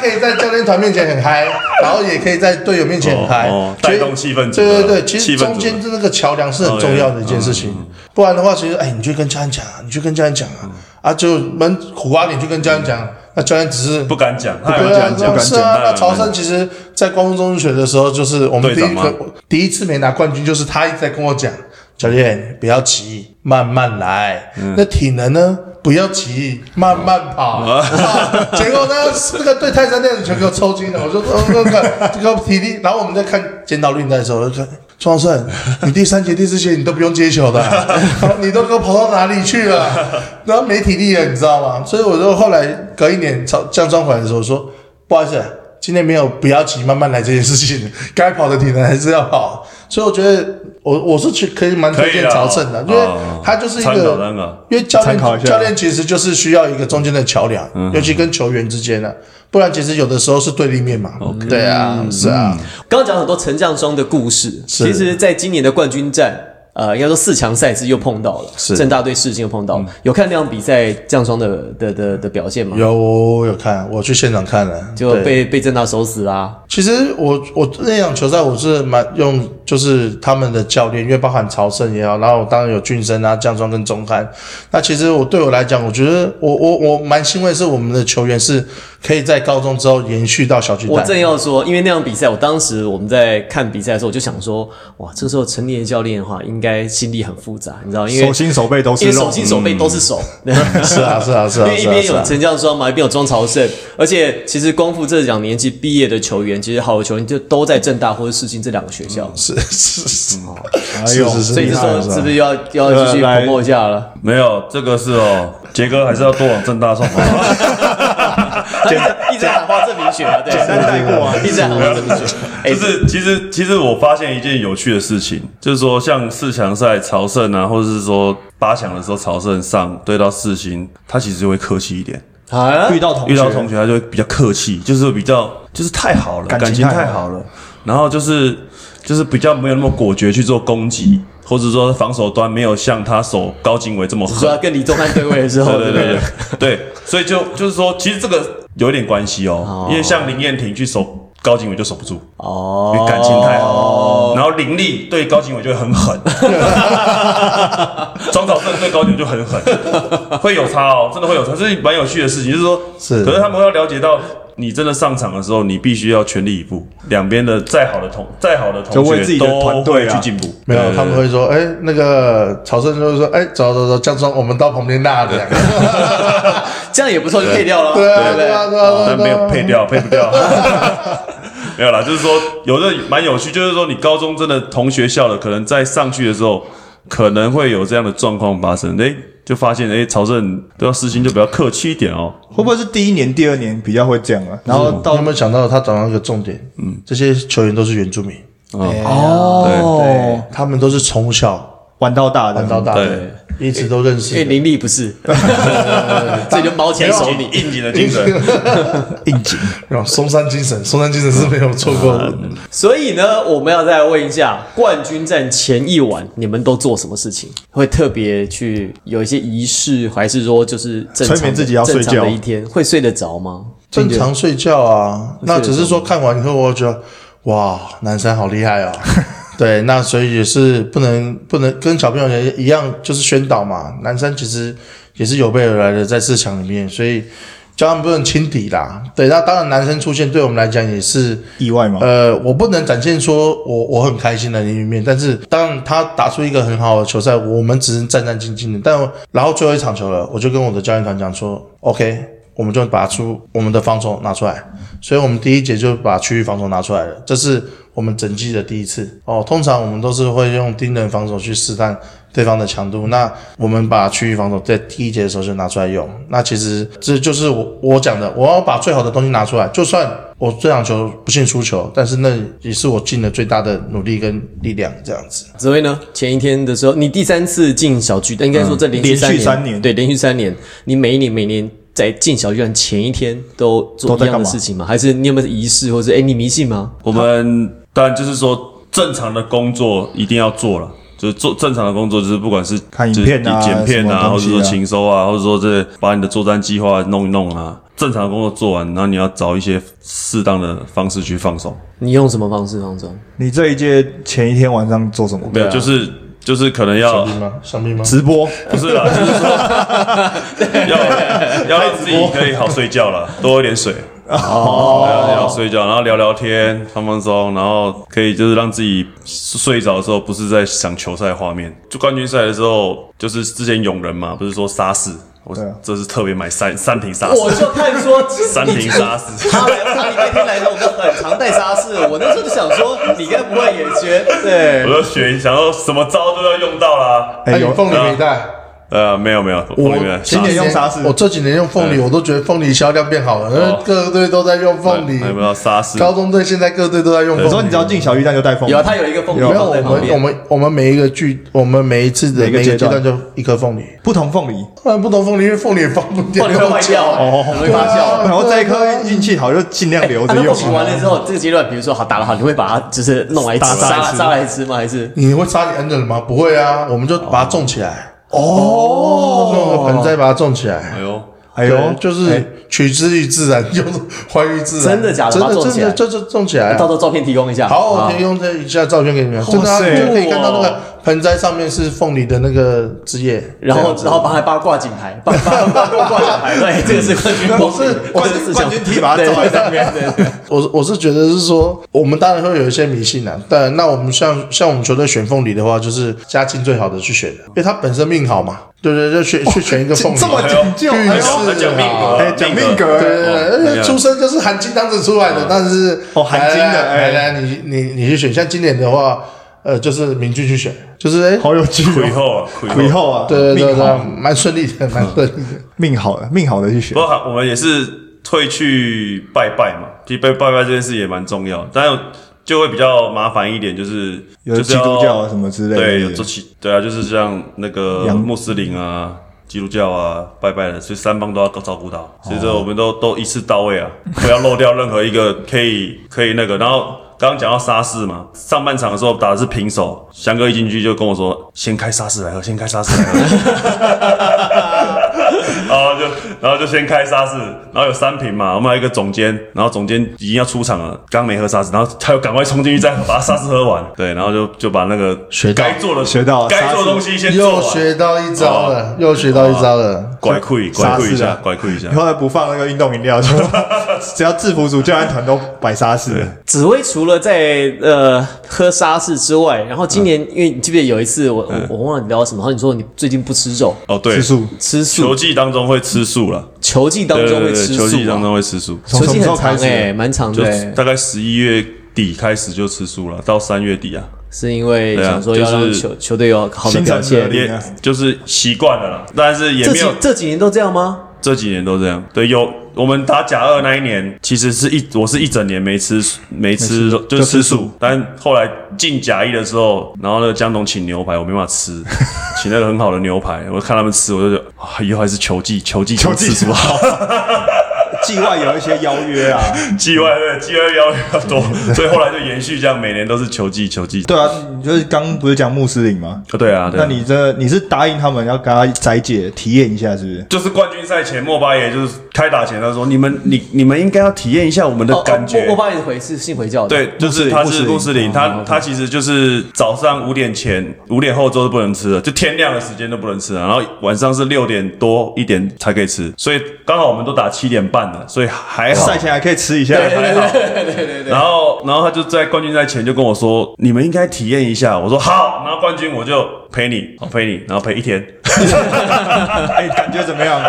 [SPEAKER 1] 可以在教练团面前很嗨，然后也可以在队友面前很嗨
[SPEAKER 4] 哦哦，
[SPEAKER 1] 所以
[SPEAKER 4] 带动气氛组
[SPEAKER 1] 对
[SPEAKER 4] 的
[SPEAKER 1] 对对，其实
[SPEAKER 4] 气氛组的哦
[SPEAKER 1] 中间这个桥梁是很重要的一件事情，不然的话，其实哎，你去跟教练讲啊，你去跟教练讲
[SPEAKER 4] 嗯
[SPEAKER 1] 啊，啊，就闷苦瓜脸去跟教练讲，那教练只是
[SPEAKER 4] 不敢讲，他也
[SPEAKER 1] 对
[SPEAKER 4] 不
[SPEAKER 1] 啊，
[SPEAKER 4] 敢讲，
[SPEAKER 1] 是啊，
[SPEAKER 4] 不
[SPEAKER 1] 那
[SPEAKER 4] 敢讲嗯
[SPEAKER 1] 朝圣其实，在光复中学的时候，就是我们第
[SPEAKER 4] 队
[SPEAKER 1] 一
[SPEAKER 4] 长吗
[SPEAKER 1] 个第一次没拿冠军，就是他一直在跟我讲，教练不要急，慢慢来。
[SPEAKER 4] 嗯
[SPEAKER 1] 那体能呢？不要急，慢慢跑。
[SPEAKER 4] 嗯
[SPEAKER 1] 啊 <laughs> 结果呢，那个对泰山那的球给我抽筋了。我说，哦，那个这个体力，然后我们在看检讨论赛的时候，我就看庄胜，你第三节、第四节你都不用接球的 <laughs> 啊、你都给我跑到哪里去了？然后没体力了，你知道吗？所以我就后来隔一年朝降庄回来的时候我说，不好意思，今天没有不要急，慢慢来这件事情， <laughs> 该跑的体能还是要跑。所以我觉得我我是去可以蛮推荐朝圣的，因
[SPEAKER 4] 可以
[SPEAKER 1] 为
[SPEAKER 4] 啦哦
[SPEAKER 1] 他就是一
[SPEAKER 4] 参考
[SPEAKER 1] 个，
[SPEAKER 4] 参考。
[SPEAKER 1] 因为教
[SPEAKER 3] 参考一
[SPEAKER 1] 练
[SPEAKER 3] 下
[SPEAKER 1] 教练其实就是需要一个中间的桥梁，尤其跟球员之间的、不然其实有的时候是对立面嘛。对啊，是啊，
[SPEAKER 2] 刚刚讲很多陈将双的故事，
[SPEAKER 1] 是
[SPEAKER 2] 其实在今年的冠军战。呃，应该说四强赛制又碰到了，
[SPEAKER 1] 是嗯
[SPEAKER 2] 正大对世金又碰到了。有看那场比赛将双的的的的表现吗？
[SPEAKER 1] 有我有看，我去现场看了，
[SPEAKER 2] 就
[SPEAKER 1] 对
[SPEAKER 2] 被被正大手死啦、
[SPEAKER 1] 其实我我那场球赛我是蛮用，就是他们的教练，因为包含曹胜也好，然后当然有俊生啊、江庄跟钟汉。那其实我对我来讲，我觉得我我我蛮欣慰，是我们的球员是可以在高中之后延续到小巨
[SPEAKER 2] 我
[SPEAKER 1] 蛋。
[SPEAKER 2] 正要说，因为那场比赛，我当时我们在看比赛的时候，我就想说，哇，这时候陈年教练的话，应该心里很复杂，你知道，因为
[SPEAKER 3] 手心手背都是
[SPEAKER 2] 因为
[SPEAKER 3] 肉
[SPEAKER 2] 手，心嗯手背都是手，
[SPEAKER 1] 是啊是啊是
[SPEAKER 2] 因
[SPEAKER 1] 啊
[SPEAKER 2] 为 <laughs>
[SPEAKER 1] 是啊
[SPEAKER 2] 一边
[SPEAKER 1] 是
[SPEAKER 2] 有
[SPEAKER 1] 啊，
[SPEAKER 2] 陈将双嘛，一边有庄朝胜，而且其实光复这两年级毕业的球员，其实好的球员就都在正大或者世新这两个学校，
[SPEAKER 1] 是是是，啊
[SPEAKER 2] 嗯哦
[SPEAKER 3] 哎呦
[SPEAKER 1] 是是是
[SPEAKER 2] 所以这时候
[SPEAKER 1] 是啊
[SPEAKER 2] 嗯是不是要要继续
[SPEAKER 3] 来
[SPEAKER 2] promo 一下了？
[SPEAKER 4] 没有，这个是哦，杰哥还是要多往正大送好不好。
[SPEAKER 2] 他一 <laughs> 直一直喊话证明学啊，对， <laughs>
[SPEAKER 3] 简单带过啊
[SPEAKER 2] 一直喊话证明学，哎 <laughs>
[SPEAKER 4] 就，是其实其实我发现一件有趣的事情，就是说像四强赛朝圣啊，或者是说八强的时候朝圣上对到四星，他其实会客气一点。
[SPEAKER 2] 啊
[SPEAKER 3] 遇，到同学
[SPEAKER 4] 遇到同学他就会比较客气，就是比较就是太好了，
[SPEAKER 3] 感
[SPEAKER 4] 感
[SPEAKER 3] 情
[SPEAKER 4] 情
[SPEAKER 3] 太
[SPEAKER 4] 太
[SPEAKER 3] 好
[SPEAKER 4] 好了，然后就是就是比较没有那么果决去做攻击，或者说防守端没有像他守高经纬这么
[SPEAKER 2] 说
[SPEAKER 4] 狠
[SPEAKER 2] 要。跟李宗翰 <laughs> 对位的时候，
[SPEAKER 4] 对对
[SPEAKER 2] 不
[SPEAKER 4] 对对对，所以就就是说，其实这个有一点关系
[SPEAKER 3] 哦
[SPEAKER 4] 哦，因为像林彦廷去守高经纬就守不住，
[SPEAKER 2] 哦
[SPEAKER 3] 哦
[SPEAKER 4] 因为感情太好，然后李林立对高景伟就会很
[SPEAKER 3] <laughs>
[SPEAKER 4] 狠，庄早正对高景伟就很狠，会有差哦，真的会有差，这是蛮有趣的事情。就是说，
[SPEAKER 1] 是
[SPEAKER 4] 可是他们要了解到，你真的上场的时候，你必须要全力以赴，两边的再好的同再好的
[SPEAKER 3] 就
[SPEAKER 4] 同
[SPEAKER 3] 为
[SPEAKER 4] 学
[SPEAKER 3] 自己的
[SPEAKER 4] 都
[SPEAKER 3] 团
[SPEAKER 4] 会
[SPEAKER 3] 队啊
[SPEAKER 4] 去进步。
[SPEAKER 1] 没有，
[SPEAKER 4] 对
[SPEAKER 1] 他们会说，哎、那个曹胜就会说，哎、走走走，江总，我们到旁边那两个，
[SPEAKER 2] 这样也不错，就配掉了。
[SPEAKER 1] 对啊，
[SPEAKER 2] 不
[SPEAKER 1] 对啊，对啊，
[SPEAKER 4] 哦但没
[SPEAKER 1] 对啊
[SPEAKER 4] 有配掉，配不掉。 <laughs> 没有啦，就是说有的蛮有趣，就是说你高中真的同学校的，可能在上去的时候，可能会有这样的状况发生。哎、就发现哎、朝圣都要私心就比较客气一点哦。
[SPEAKER 3] 会不会是第一年、第二年比较会这样啊？然
[SPEAKER 2] 哦
[SPEAKER 3] 后
[SPEAKER 1] 你
[SPEAKER 3] 到
[SPEAKER 1] 有没有想到他讲到一个重点？嗯，这些球员都是原住民，
[SPEAKER 3] 对
[SPEAKER 2] 哦，
[SPEAKER 1] 他们都是从小
[SPEAKER 3] 玩到大的，
[SPEAKER 1] 玩到大的
[SPEAKER 4] 对，
[SPEAKER 1] 一直都认识
[SPEAKER 2] 嗯因为
[SPEAKER 1] 的。
[SPEAKER 2] 林立不是，所以就毛钱手你。
[SPEAKER 4] 应景的精神，
[SPEAKER 3] 应景。
[SPEAKER 1] 然后松山精神，松山精神是没有错
[SPEAKER 2] 啊
[SPEAKER 1] 过的。
[SPEAKER 2] 所以呢，我们要再问一下，冠军战前一晚你们都做什么事情？会特别去有一些仪式，还是说就是正常
[SPEAKER 3] 催
[SPEAKER 2] 的
[SPEAKER 3] 眠自己要睡觉
[SPEAKER 2] 正常的一天会睡得着吗？
[SPEAKER 1] 正常睡觉啊，那只是说看完以后，我觉得哇，南山好厉害
[SPEAKER 2] <laughs>
[SPEAKER 1] 哦。对，那所以也是不能不能跟小朋友也一样，就是宣导嘛。南山其实也是有备而来的，在四强里面，所以叫他们不能轻敌啦。对，那当然男生出现对我们来讲也是
[SPEAKER 3] 意外吗？
[SPEAKER 1] 呃，我不能展现说我我很开心的那一面，但是当他打出一个很好的球赛，我们只是战战兢兢的。但然后最后一场球了，我就跟我的教练团讲说，OK，我们就把出我们的防守拿出来，所以我们第一节就把区域防守拿出来了，这是我们整季的第一次哦。通常我们都是会用盯人防守去试探对方的强度。那我们把区域防守在第一节的时候就拿出来用。那其实这就是我我讲的，我要把最好的东西拿出来。就算我这场球不幸输球，但是那也是我尽了最大的努力跟力量，这样子。
[SPEAKER 2] 紫薇呢？前一天的时候，你第三次进小巨蛋，应该说这连续
[SPEAKER 3] 连续
[SPEAKER 2] 三年，
[SPEAKER 3] 三年
[SPEAKER 2] 对，连续三年，你每一年每年在进小巨蛋前一天都做
[SPEAKER 3] 都在
[SPEAKER 2] 一样的
[SPEAKER 3] 干嘛
[SPEAKER 2] 事情吗？还是你有没有仪式，或者是哎、你迷信吗？
[SPEAKER 4] 我们当然就是说正常的工作一定要做了。就是做正常的工作，就是不管是
[SPEAKER 3] 看影片啊
[SPEAKER 4] 就是剪片
[SPEAKER 3] 什么
[SPEAKER 4] 啊，或
[SPEAKER 3] 东
[SPEAKER 4] 者
[SPEAKER 3] 西啊
[SPEAKER 4] 说勤收啊，或者说这把你的作战计划弄一弄啊，正常的工作做完，然后你要找一些适当的方式去放松。
[SPEAKER 2] 你用什么方式放松？
[SPEAKER 3] 你这一届前一天晚上做什么？
[SPEAKER 4] 没有，就是就是可能
[SPEAKER 1] 小
[SPEAKER 4] 要
[SPEAKER 1] 兵吗？小兵吗？
[SPEAKER 3] 直播，
[SPEAKER 4] 不是啦，就是说要要让自己可以好睡觉了，多喝点水。哦，要睡觉，然后聊聊天，放放松，然后可以就是让自己睡着的时候，不是在想球赛画面。就冠军赛的时候，就是之前永仁嘛，不是说沙士，我
[SPEAKER 3] 对啊
[SPEAKER 4] 这是特别买三三瓶沙士，
[SPEAKER 2] 我就看说
[SPEAKER 4] <laughs> 三瓶沙士。
[SPEAKER 2] <laughs> 他来，他你那天来的，我们很常带沙士。我那时候就想说，你该不会也学？对
[SPEAKER 4] 我，就学，想说什么招都要用到啦。
[SPEAKER 1] 哎，
[SPEAKER 3] 有
[SPEAKER 1] 凤梨没带。
[SPEAKER 4] 呃，没有没有，
[SPEAKER 1] 我
[SPEAKER 4] 里面
[SPEAKER 1] 今
[SPEAKER 3] 沙士
[SPEAKER 1] 年
[SPEAKER 3] 用沙士
[SPEAKER 1] 我这几年用凤梨，我都觉得凤梨销量变好了，因为各队都在用凤梨
[SPEAKER 4] 有。没有沙士？
[SPEAKER 1] 高中队现在各队都在用凤
[SPEAKER 3] 有
[SPEAKER 1] 梨。
[SPEAKER 3] 时候你只要进小鱼蛋就带风。
[SPEAKER 2] 有他有一个凤梨
[SPEAKER 1] 没有，
[SPEAKER 2] 放
[SPEAKER 1] 我
[SPEAKER 2] 在旁
[SPEAKER 1] 们我
[SPEAKER 2] 边。
[SPEAKER 1] 们我们每一个剧，我们每一次的每
[SPEAKER 3] 每一
[SPEAKER 1] 一
[SPEAKER 3] 个
[SPEAKER 1] 个阶
[SPEAKER 3] 阶段
[SPEAKER 1] 段就一颗凤梨，
[SPEAKER 3] 不同凤梨，
[SPEAKER 1] 不然不懂凤梨，因为凤梨也放不
[SPEAKER 2] <laughs>
[SPEAKER 1] 掉，
[SPEAKER 2] 凤梨会坏掉，
[SPEAKER 3] 哦
[SPEAKER 2] 很容易发酵。
[SPEAKER 3] 然后这一颗运气好就尽量留着
[SPEAKER 2] 那
[SPEAKER 3] 用
[SPEAKER 2] 凤。梨完了之后，这个阶段，比如说好打得好，你会把它就是弄来吃，
[SPEAKER 3] 杀杀来
[SPEAKER 2] 杀
[SPEAKER 3] 吃
[SPEAKER 2] 杀来吃吗？还是
[SPEAKER 1] 你会杀你恩人吗？不会啊，我们就把它种起来。哦，弄个盆栽把它种起来。
[SPEAKER 4] 哎呦，
[SPEAKER 3] 哎呦，
[SPEAKER 1] 对就
[SPEAKER 3] 哎
[SPEAKER 1] 是取之于自然，用还于自然。
[SPEAKER 2] 真的假的
[SPEAKER 1] 真
[SPEAKER 2] 把它
[SPEAKER 1] 的
[SPEAKER 2] 种
[SPEAKER 1] 真
[SPEAKER 2] 起来
[SPEAKER 1] 的，这这种起来啊。
[SPEAKER 2] 到时候照啊片提供一下？
[SPEAKER 1] 好，我可以用这一下照片给你们，真的啊
[SPEAKER 3] 哇塞
[SPEAKER 1] 你就可以看到那个盆栽上面是凤梨的那个枝叶。
[SPEAKER 2] 然
[SPEAKER 1] 这
[SPEAKER 2] 后
[SPEAKER 1] 样，子
[SPEAKER 2] 然后帮他帮他挂锦牌，帮帮帮他挂奖牌，对，这个是冠军梦，
[SPEAKER 1] 我是
[SPEAKER 2] 这个是
[SPEAKER 3] 冠军踢把它照在上
[SPEAKER 2] 面，对对。对
[SPEAKER 1] 我我是觉得是说，我们当然会有一些迷信啊，但那我们像像我们球队选凤梨的话，就是家境最好的去选，因为他本身命好嘛，对对，就选去选一个凤梨，
[SPEAKER 3] 哦这么讲究，
[SPEAKER 1] 运
[SPEAKER 3] 哎呦
[SPEAKER 1] 势
[SPEAKER 4] 还讲命
[SPEAKER 3] <laughs>
[SPEAKER 4] 格，
[SPEAKER 3] 哎，讲命格，
[SPEAKER 1] 对
[SPEAKER 3] 哎
[SPEAKER 1] 对对，而且出生就是含金汤匙出来的，但是
[SPEAKER 3] 哦含金的
[SPEAKER 1] 来来
[SPEAKER 3] 哎
[SPEAKER 1] 来来，你你你去选，像今年的话，呃，就是明俊去选，就是哎，
[SPEAKER 3] 好有趣
[SPEAKER 4] 魁
[SPEAKER 3] 哦。
[SPEAKER 4] 后啊，魁
[SPEAKER 3] 以后啊，
[SPEAKER 1] 对对对
[SPEAKER 3] 命
[SPEAKER 1] 对
[SPEAKER 3] 好，，
[SPEAKER 1] 蛮顺利的，蛮顺利
[SPEAKER 3] <laughs>
[SPEAKER 1] 的。
[SPEAKER 3] 命好的，命好的去学
[SPEAKER 4] 不。过我们也是会去拜拜嘛，去拜拜拜这件事也蛮重要，但就会比较麻烦一点，就是
[SPEAKER 3] 有
[SPEAKER 4] 就是
[SPEAKER 3] 基
[SPEAKER 4] 要
[SPEAKER 3] 督教啊什么之类的
[SPEAKER 4] 对，有做起对啊，就是像那个
[SPEAKER 3] 洋
[SPEAKER 4] 穆斯林啊、基督教啊拜拜的，所以三方都要照顾
[SPEAKER 3] 哦
[SPEAKER 4] 到，所以说我们都都一次到位啊，不要漏掉任何一个可以可以那个，然后。刚刚讲到沙士嘛，上半场的时候打的是平手，翔哥一进去就跟我说：“先开沙士来喝，先开沙士来喝。”然后就然后就先开沙士，然后有三瓶嘛，我们还有一个总监，然后总监已经要出场了，刚没喝沙士，然后他又赶快冲进去再把沙士喝完，对，然后就就把那个
[SPEAKER 1] 学到
[SPEAKER 4] 该做的
[SPEAKER 3] 学到
[SPEAKER 4] 该做的东西先做
[SPEAKER 1] 又
[SPEAKER 4] 完，
[SPEAKER 1] 学到一招了，又学到一招了。
[SPEAKER 4] 拐亏拐
[SPEAKER 3] 沙
[SPEAKER 4] 亏一
[SPEAKER 3] 士
[SPEAKER 4] 下
[SPEAKER 3] 啊，
[SPEAKER 4] 拐亏一下
[SPEAKER 3] 以，后不放那个运动饮料，
[SPEAKER 4] <laughs>
[SPEAKER 3] 就只要制服组教练团都摆沙士了。
[SPEAKER 2] 紫薇除了在呃喝沙士之外，然后今年、
[SPEAKER 4] 嗯
[SPEAKER 2] 因为你记不记得有一次我、我我忘了你聊什么，然后你说你最近不吃肉，
[SPEAKER 4] 哦对
[SPEAKER 3] 吃，素
[SPEAKER 2] 吃
[SPEAKER 4] 球
[SPEAKER 2] 素，
[SPEAKER 4] 季当中会吃素了，
[SPEAKER 2] 球技当
[SPEAKER 4] 对
[SPEAKER 2] 中
[SPEAKER 4] 对
[SPEAKER 2] 会
[SPEAKER 4] 对，
[SPEAKER 2] 吃素
[SPEAKER 4] 球
[SPEAKER 2] 嘛，
[SPEAKER 4] 季当中会吃素，
[SPEAKER 3] 从
[SPEAKER 2] 球技很
[SPEAKER 3] 什么时候
[SPEAKER 2] 长
[SPEAKER 3] 开始
[SPEAKER 2] 哎、蛮长
[SPEAKER 4] 就
[SPEAKER 2] 的、欸，
[SPEAKER 4] 大概十一月底开始就吃素了，到三月底啊，
[SPEAKER 2] 是因为想说要
[SPEAKER 4] 对啊
[SPEAKER 2] 让
[SPEAKER 4] 就是
[SPEAKER 2] 球球队有好的
[SPEAKER 3] 心
[SPEAKER 2] 表
[SPEAKER 3] 诚则
[SPEAKER 2] 现。
[SPEAKER 3] 灵
[SPEAKER 4] 也就是习惯了啦，但是也
[SPEAKER 2] 这
[SPEAKER 4] 没
[SPEAKER 2] 几
[SPEAKER 4] 有
[SPEAKER 2] 这几年都这样吗？
[SPEAKER 4] 这几年都这样。对，有我们打甲二那一年，其实是一我是一整年没吃没吃肉，就是吃素。但后来进甲一的时候，然后那个江总请牛排，我没办法吃，请那个很好的牛排，我看他们吃，我就觉得啊，以后还是球技球技球
[SPEAKER 3] 技
[SPEAKER 4] 吃素好。
[SPEAKER 3] 季外有一些邀约啊，
[SPEAKER 4] 季外对季外要要多，所以后来就延续这样，每年都是球技球技。
[SPEAKER 3] 对啊，你就是刚不是讲穆斯林吗？
[SPEAKER 4] 啊对啊，对
[SPEAKER 3] 那
[SPEAKER 4] 啊。
[SPEAKER 3] 你这你是答应他们要跟他斋戒体验一下，是不是？
[SPEAKER 4] 就是冠军赛前，莫巴也就是开打前，他说：“你们，你你们应该要体验一下我们的感觉。
[SPEAKER 2] 哦、我我帮你回是信回教的，，
[SPEAKER 4] 对，就
[SPEAKER 3] 穆斯
[SPEAKER 4] 是
[SPEAKER 3] 林
[SPEAKER 4] 他是穆
[SPEAKER 3] 穆
[SPEAKER 4] 斯
[SPEAKER 3] 斯
[SPEAKER 4] 林，哦
[SPEAKER 3] 林
[SPEAKER 4] 他他其实就是早上五点前、五点后都是不能吃的，就天亮的时间都不能吃了。然后晚上是六点多一点才可以吃，所以刚好我们都打七点半了，所以还好
[SPEAKER 3] 赛。前还可以吃一下，
[SPEAKER 4] 还好，然后，然后他就在冠军赛前就跟我说：“你们应该体验一下。”我说：“好。”然后冠军我就陪你，我陪你，然后陪一天， <laughs>
[SPEAKER 3] 哎，感觉怎么样？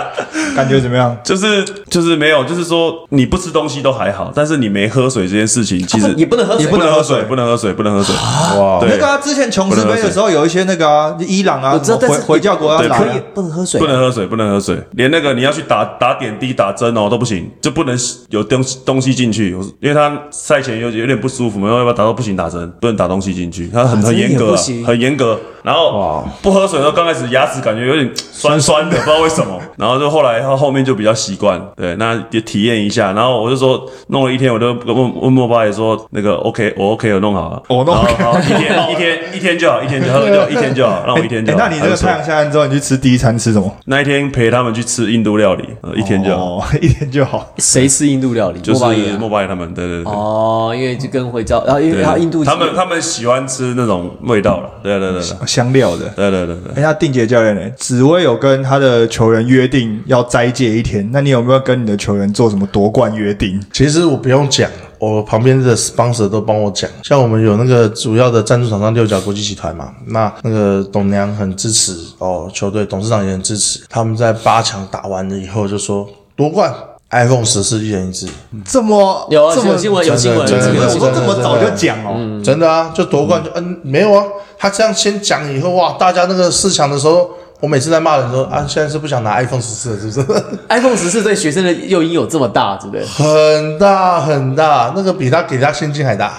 [SPEAKER 3] 感觉怎么样？
[SPEAKER 4] 就是就是没有，就是说你不吃东西都还好，但是你没喝水这件事情，其实
[SPEAKER 2] 也不能喝水，
[SPEAKER 3] 也不
[SPEAKER 4] 不
[SPEAKER 3] 能
[SPEAKER 4] 能喝
[SPEAKER 3] 喝
[SPEAKER 4] 水，
[SPEAKER 3] 水
[SPEAKER 4] 不能喝水，不能喝水。
[SPEAKER 1] 哇，
[SPEAKER 4] 对
[SPEAKER 3] 那个啊，之前琼斯杯的时候有一些那个啊，伊朗啊
[SPEAKER 2] 我，知道，
[SPEAKER 3] 什
[SPEAKER 2] 但
[SPEAKER 3] 么
[SPEAKER 2] 是
[SPEAKER 3] 回回教国要
[SPEAKER 4] 对
[SPEAKER 3] 来
[SPEAKER 2] 可
[SPEAKER 3] 啊
[SPEAKER 2] 以，不能喝水，
[SPEAKER 4] 不能喝水，不能喝水，连那个你要去打打点滴、打针哦都不行，就不能有东西东西进去。我因为他赛前有有点不舒服嘛，要不要打到不行打针，不能打东西进去，他很、
[SPEAKER 2] 打
[SPEAKER 4] 很
[SPEAKER 2] 针也
[SPEAKER 4] 严格、
[SPEAKER 2] 不
[SPEAKER 4] 啊
[SPEAKER 2] 行，
[SPEAKER 4] 很严格。然后不喝水的时候，刚开始牙齿感觉有点酸酸的，不知道为什
[SPEAKER 3] <laughs>
[SPEAKER 4] 么。然后就后来他后面就比较习惯，对，那也体验一下。然后我就说弄了一天，我就问问莫巴也说那个 OK，我 OK 有弄好了，
[SPEAKER 3] 我弄
[SPEAKER 4] 好
[SPEAKER 3] OK
[SPEAKER 4] 好一天一天一天就好，一天就好，一天就好，让我一天就
[SPEAKER 3] 哎那
[SPEAKER 4] 好。
[SPEAKER 3] 你这
[SPEAKER 4] 还
[SPEAKER 3] 个
[SPEAKER 4] 不错
[SPEAKER 3] 太阳下山之后，你去吃第一餐吃什么？
[SPEAKER 4] 那一天陪他们去吃印度料理，呃、一天就好、
[SPEAKER 3] 哦，一天就好。
[SPEAKER 2] 谁吃印度料理？
[SPEAKER 4] 就
[SPEAKER 2] 莫巴
[SPEAKER 4] 是
[SPEAKER 2] 也啊
[SPEAKER 4] 莫巴爷他们，对对对。
[SPEAKER 2] 哦，因为就跟回教，然后因为
[SPEAKER 4] 对
[SPEAKER 2] 然后印度
[SPEAKER 4] 他们他们喜欢吃那种味道了，对对对对
[SPEAKER 3] 香料的。
[SPEAKER 4] 对对对对。
[SPEAKER 3] 哎，那定杰教练呢？紫薇有跟他的球员约定要斋戒一天，那你有没有跟你的球员做什么夺冠约定？
[SPEAKER 1] 其实我不用讲，我旁边的 sponsor 都帮我讲。像我们有那个主要的赞助厂商六角国际集团嘛，那那个董娘很支持哦，球队董事长也很支持。他们在八强打完了以后就说夺冠，iPhone 十四一人一只，
[SPEAKER 3] 这么
[SPEAKER 2] 有啊
[SPEAKER 3] 这么
[SPEAKER 2] 有新闻有新闻，
[SPEAKER 1] 真的
[SPEAKER 2] 这
[SPEAKER 1] 真
[SPEAKER 2] 个有
[SPEAKER 1] 的
[SPEAKER 2] 新
[SPEAKER 1] 真的
[SPEAKER 2] 闻
[SPEAKER 3] 我这么早就讲哦，
[SPEAKER 1] 真的啊，就夺冠就嗯没有啊。他这样先讲以后哇，大家那个四强的时候。我每次在骂人说啊，现在是不想拿 iPhone 十四了，是不 <laughs> 是？
[SPEAKER 2] iPhone 十四对学生的诱因有这么大，对不对？
[SPEAKER 1] 很大很大，那个比他给他现金还大，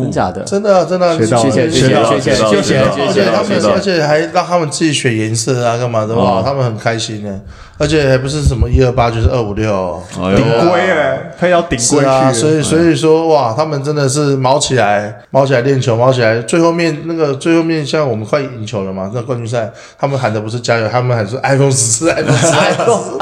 [SPEAKER 2] 真假的？
[SPEAKER 1] 真的真啊的。
[SPEAKER 3] 学到
[SPEAKER 2] 学
[SPEAKER 3] 了
[SPEAKER 2] 起来，
[SPEAKER 3] 学
[SPEAKER 2] 起
[SPEAKER 3] 到
[SPEAKER 2] 来，
[SPEAKER 3] 了
[SPEAKER 2] 学起来，
[SPEAKER 4] 学到
[SPEAKER 2] 学
[SPEAKER 4] 了
[SPEAKER 2] 起
[SPEAKER 4] 学
[SPEAKER 2] 来，
[SPEAKER 4] 到了
[SPEAKER 1] 而
[SPEAKER 2] 学
[SPEAKER 1] 且他
[SPEAKER 2] 起来
[SPEAKER 4] 学到了。
[SPEAKER 1] 们，而且还让他们自己选颜色啊，干嘛的哇？他们很开心呢。而且还不是什么一二八就是二五六，
[SPEAKER 4] 哎
[SPEAKER 3] 顶
[SPEAKER 4] 呦，
[SPEAKER 3] 规哎，配到顶
[SPEAKER 1] 是
[SPEAKER 3] 规
[SPEAKER 1] 啊，
[SPEAKER 3] 去哎
[SPEAKER 1] 所
[SPEAKER 3] 了。
[SPEAKER 1] 以所以说哇，他们真的是毛起来，毛起来练球，毛起来。最后面那个最后面，像我们快赢球了嘛，那冠军赛他们喊的不是加油，他们喊是 iPhone 十四，iPhone 十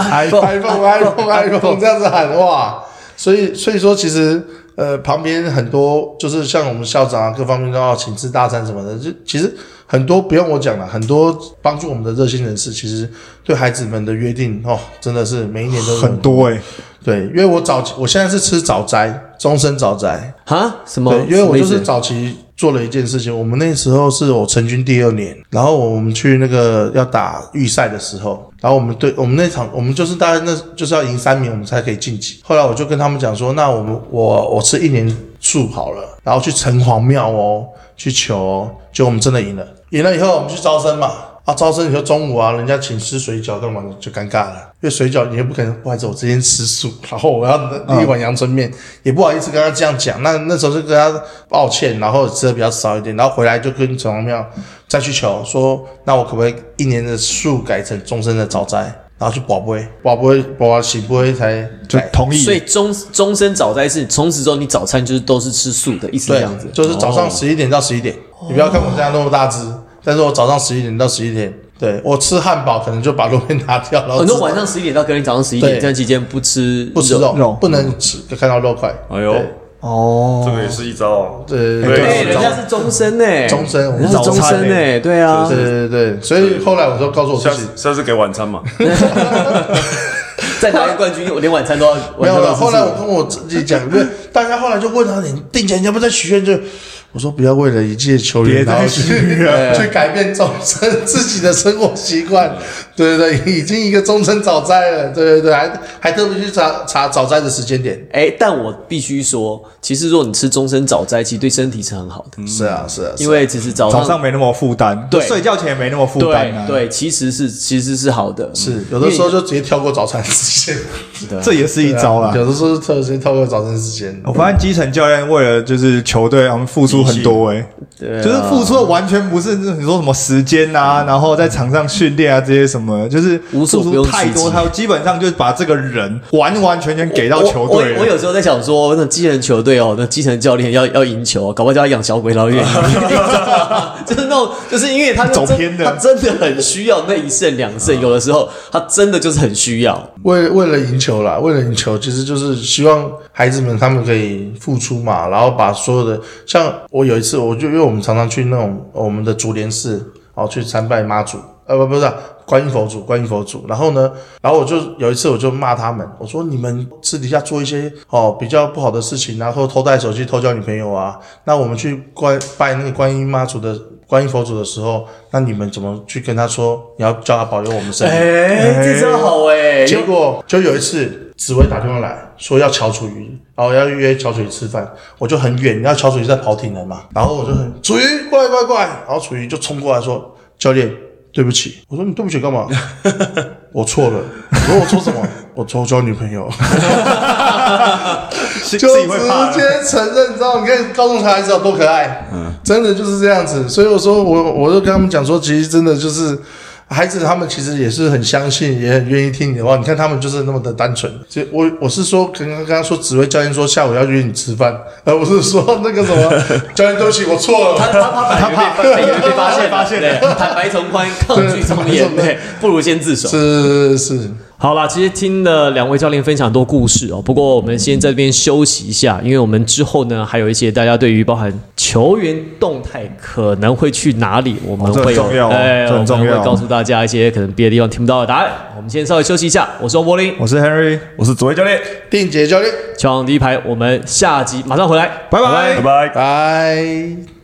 [SPEAKER 1] iPhone，iPhone，iPhone，iPhone 这样子喊哇。所以所以说，其实呃，旁边很多就是像我们校长啊，各方面都要请吃大餐什么的，就其实很多不用我讲了，很多帮助我们的热心人士，其实对孩子们的约定哦，真的是每一年都有
[SPEAKER 3] 很多哎，
[SPEAKER 1] 对，因为我早我现在是吃早斋，终身早斋。
[SPEAKER 2] 啊？什么？
[SPEAKER 1] 对，因为我就
[SPEAKER 2] 什
[SPEAKER 1] 是
[SPEAKER 2] 么意思
[SPEAKER 1] 早期做了一件事情，我们那时候是我成军第二年，然后我们去那个要打预赛的时候，然后我们对我们那场我们就是大概那就是要赢三名，我们才可以晋级。后来我就跟他们讲说，那我们我我吃一年素好了，然后去城隍庙哦去求哦，结果我们真的赢了，赢了以后我们去招生嘛。啊，招生以后中午啊，人家请吃水饺干嘛的就尴尬了，因为水饺你也不可能，不好意思，我今天吃素， <laughs> 然后我要
[SPEAKER 2] 嗯
[SPEAKER 1] 一碗阳春面，也不好意思跟他这样讲。那那时候就跟他抱歉，然后吃的比较少一点，然后回来就跟城隍庙再去求说，那我可不可以一年的素改成终身的早斋，然后去保杯，保杯保洗杯才
[SPEAKER 3] 就
[SPEAKER 1] 改
[SPEAKER 3] 同意。
[SPEAKER 2] 所以终终身早斋是从此之后你早餐就是都是吃素的，意思这
[SPEAKER 1] 对
[SPEAKER 2] 样子，。哦
[SPEAKER 1] 就是早上十一点到十一点，你不要看我这样那么大只，但是我早上十一点到十一点对我吃汉堡可能就把肉片拿掉，然后
[SPEAKER 2] 很多
[SPEAKER 1] 吃
[SPEAKER 2] 晚上十一点到隔天早上十一点
[SPEAKER 1] 对
[SPEAKER 2] 这段期间不吃
[SPEAKER 1] 不吃
[SPEAKER 2] 肉，
[SPEAKER 1] 肉，
[SPEAKER 3] 肉嗯啊
[SPEAKER 1] 不能吃看到肉块。
[SPEAKER 4] 哎呦，
[SPEAKER 3] 哦
[SPEAKER 4] 这个也是一招啊。
[SPEAKER 1] 对
[SPEAKER 4] 对
[SPEAKER 3] 哎
[SPEAKER 2] 对，
[SPEAKER 1] 对
[SPEAKER 2] 哎人家是终身呢，
[SPEAKER 1] 终身我们
[SPEAKER 2] 人家是终
[SPEAKER 3] 早餐
[SPEAKER 2] 身呢，
[SPEAKER 3] 欸
[SPEAKER 2] 对啊
[SPEAKER 1] 对，对对对，所以后来我就告诉我
[SPEAKER 4] 下
[SPEAKER 1] 自己
[SPEAKER 4] 次，下次给晚餐嘛，
[SPEAKER 2] 再拿一个冠军，我连晚餐都要
[SPEAKER 1] 没有了。
[SPEAKER 2] 晚餐都要吃
[SPEAKER 1] 后来我跟我自己讲，不是大家后来就问他，你定前要不再许愿就。我说不要为了一届球员，
[SPEAKER 3] 别再
[SPEAKER 1] 然后去
[SPEAKER 3] 许
[SPEAKER 1] <laughs>
[SPEAKER 3] 愿哎
[SPEAKER 1] 去改变终身自己的生活习惯，对对对，已经一个终身早斋了，对对对，还还特别去查查早斋的时间点，
[SPEAKER 2] 哎，但我必须说，其实如果你吃终身早斋，其实对身体是很好的，
[SPEAKER 1] 是啊是啊，是啊
[SPEAKER 2] 因为其实早
[SPEAKER 3] 早上没那么负担，
[SPEAKER 2] 对
[SPEAKER 3] 睡觉前也没那么负担啊
[SPEAKER 2] 对，对，其实是其实是好的，嗯
[SPEAKER 1] 是有的时候就直接跳过早餐时间，
[SPEAKER 3] 这也是一招
[SPEAKER 2] 啊
[SPEAKER 3] 啦。
[SPEAKER 1] 有的时候是特别跳过早餐时间，
[SPEAKER 3] 我发现基层教练为了就是球队，他们付出很多诶、
[SPEAKER 2] 对啊嗯
[SPEAKER 3] 就是付出的完全不是你说什么时间啊，然后在场上训练啊这些什么，就是
[SPEAKER 2] 无
[SPEAKER 3] 付
[SPEAKER 2] 所不用
[SPEAKER 3] 出
[SPEAKER 2] 其极
[SPEAKER 3] 太多，他基本上就是把这个人完完全全给到
[SPEAKER 2] 我
[SPEAKER 3] 球队啊
[SPEAKER 2] 我我
[SPEAKER 3] 了。
[SPEAKER 2] 有时候在想说，那基层球队哦，那基层教练要要赢球，啊搞不好叫他养小鬼老远， <laughs> 就是那种，就是因为他
[SPEAKER 3] 走
[SPEAKER 2] 真
[SPEAKER 3] 偏的
[SPEAKER 2] 他真的很需要那一胜两胜，有的时候他真的就是很需要。
[SPEAKER 1] 为为了赢球啦，为了赢球，其实就是希望孩子们他们可以付出嘛，然后把所有的像我有一次，我就因为我们常常去那种我们的竹联寺哦去参拜妈祖，呃不不是啊、观音佛祖，观音佛祖。然后呢，然后我就有一次我就骂他们，我说你们私底下做一些哦比较不好的事情啊，或偷带手机、偷交女朋友啊，那我们去观拜那个观音妈祖的。观音佛祖的时候，那你们怎么去跟他说？你要叫他保佑我们生意？
[SPEAKER 2] 哎，这招好哎，
[SPEAKER 1] 结果就有一次，紫薇打电话来说要乔楚瑜，然后要约乔楚瑜吃饭，我就很远，然后乔楚瑜在跑体能嘛，然后我就很楚瑜过来过来过来，然后楚瑜就冲过来说教练对不起，我说你对不起干嘛？ <laughs> 我错了，我说我错什么？ <laughs> 我错交女朋友， <laughs>
[SPEAKER 3] 自 <laughs>
[SPEAKER 1] 就
[SPEAKER 3] 自己会怕
[SPEAKER 1] 直
[SPEAKER 3] 的。
[SPEAKER 1] 接承认，你知道？你看高中小孩子有多可爱，嗯，真的就是这样子。所以我说我我就跟他们讲说，其实真的就是。孩子他们其实也是很相信，也很愿意听你的话。你看他们就是那么的单纯。所以我我是说，刚刚刚刚说紫薇教练说下午要约你吃饭，而不是说那个什
[SPEAKER 3] <laughs>
[SPEAKER 1] 么教练对不起，我错
[SPEAKER 2] 他
[SPEAKER 1] 了。
[SPEAKER 2] 他他反而被反而被发现
[SPEAKER 3] 发现
[SPEAKER 2] 对坦白从宽，抗拒从严，
[SPEAKER 1] 对
[SPEAKER 2] 对，不如先自首。
[SPEAKER 1] 是是是，
[SPEAKER 2] 好啦，其实听了两位教练分享很多故事哦。不过我们先在这边休息一下，因为我们之后呢还有一些大家对于包含球员动态可能会去哪里，我们
[SPEAKER 3] 哦这
[SPEAKER 2] 会
[SPEAKER 3] 很
[SPEAKER 2] 有
[SPEAKER 3] 重要哦
[SPEAKER 2] 哎
[SPEAKER 3] 这很重要
[SPEAKER 2] 我们会告诉大家一些可能别的地方听不到的答案。我们先稍微休息一下，我是王柏林，
[SPEAKER 3] 我是 Henry，
[SPEAKER 4] 我是紫薇教练，
[SPEAKER 1] 定杰教练，
[SPEAKER 2] 球王第一排，我们下集马上回来，
[SPEAKER 3] 拜拜
[SPEAKER 4] 拜拜。
[SPEAKER 1] 拜。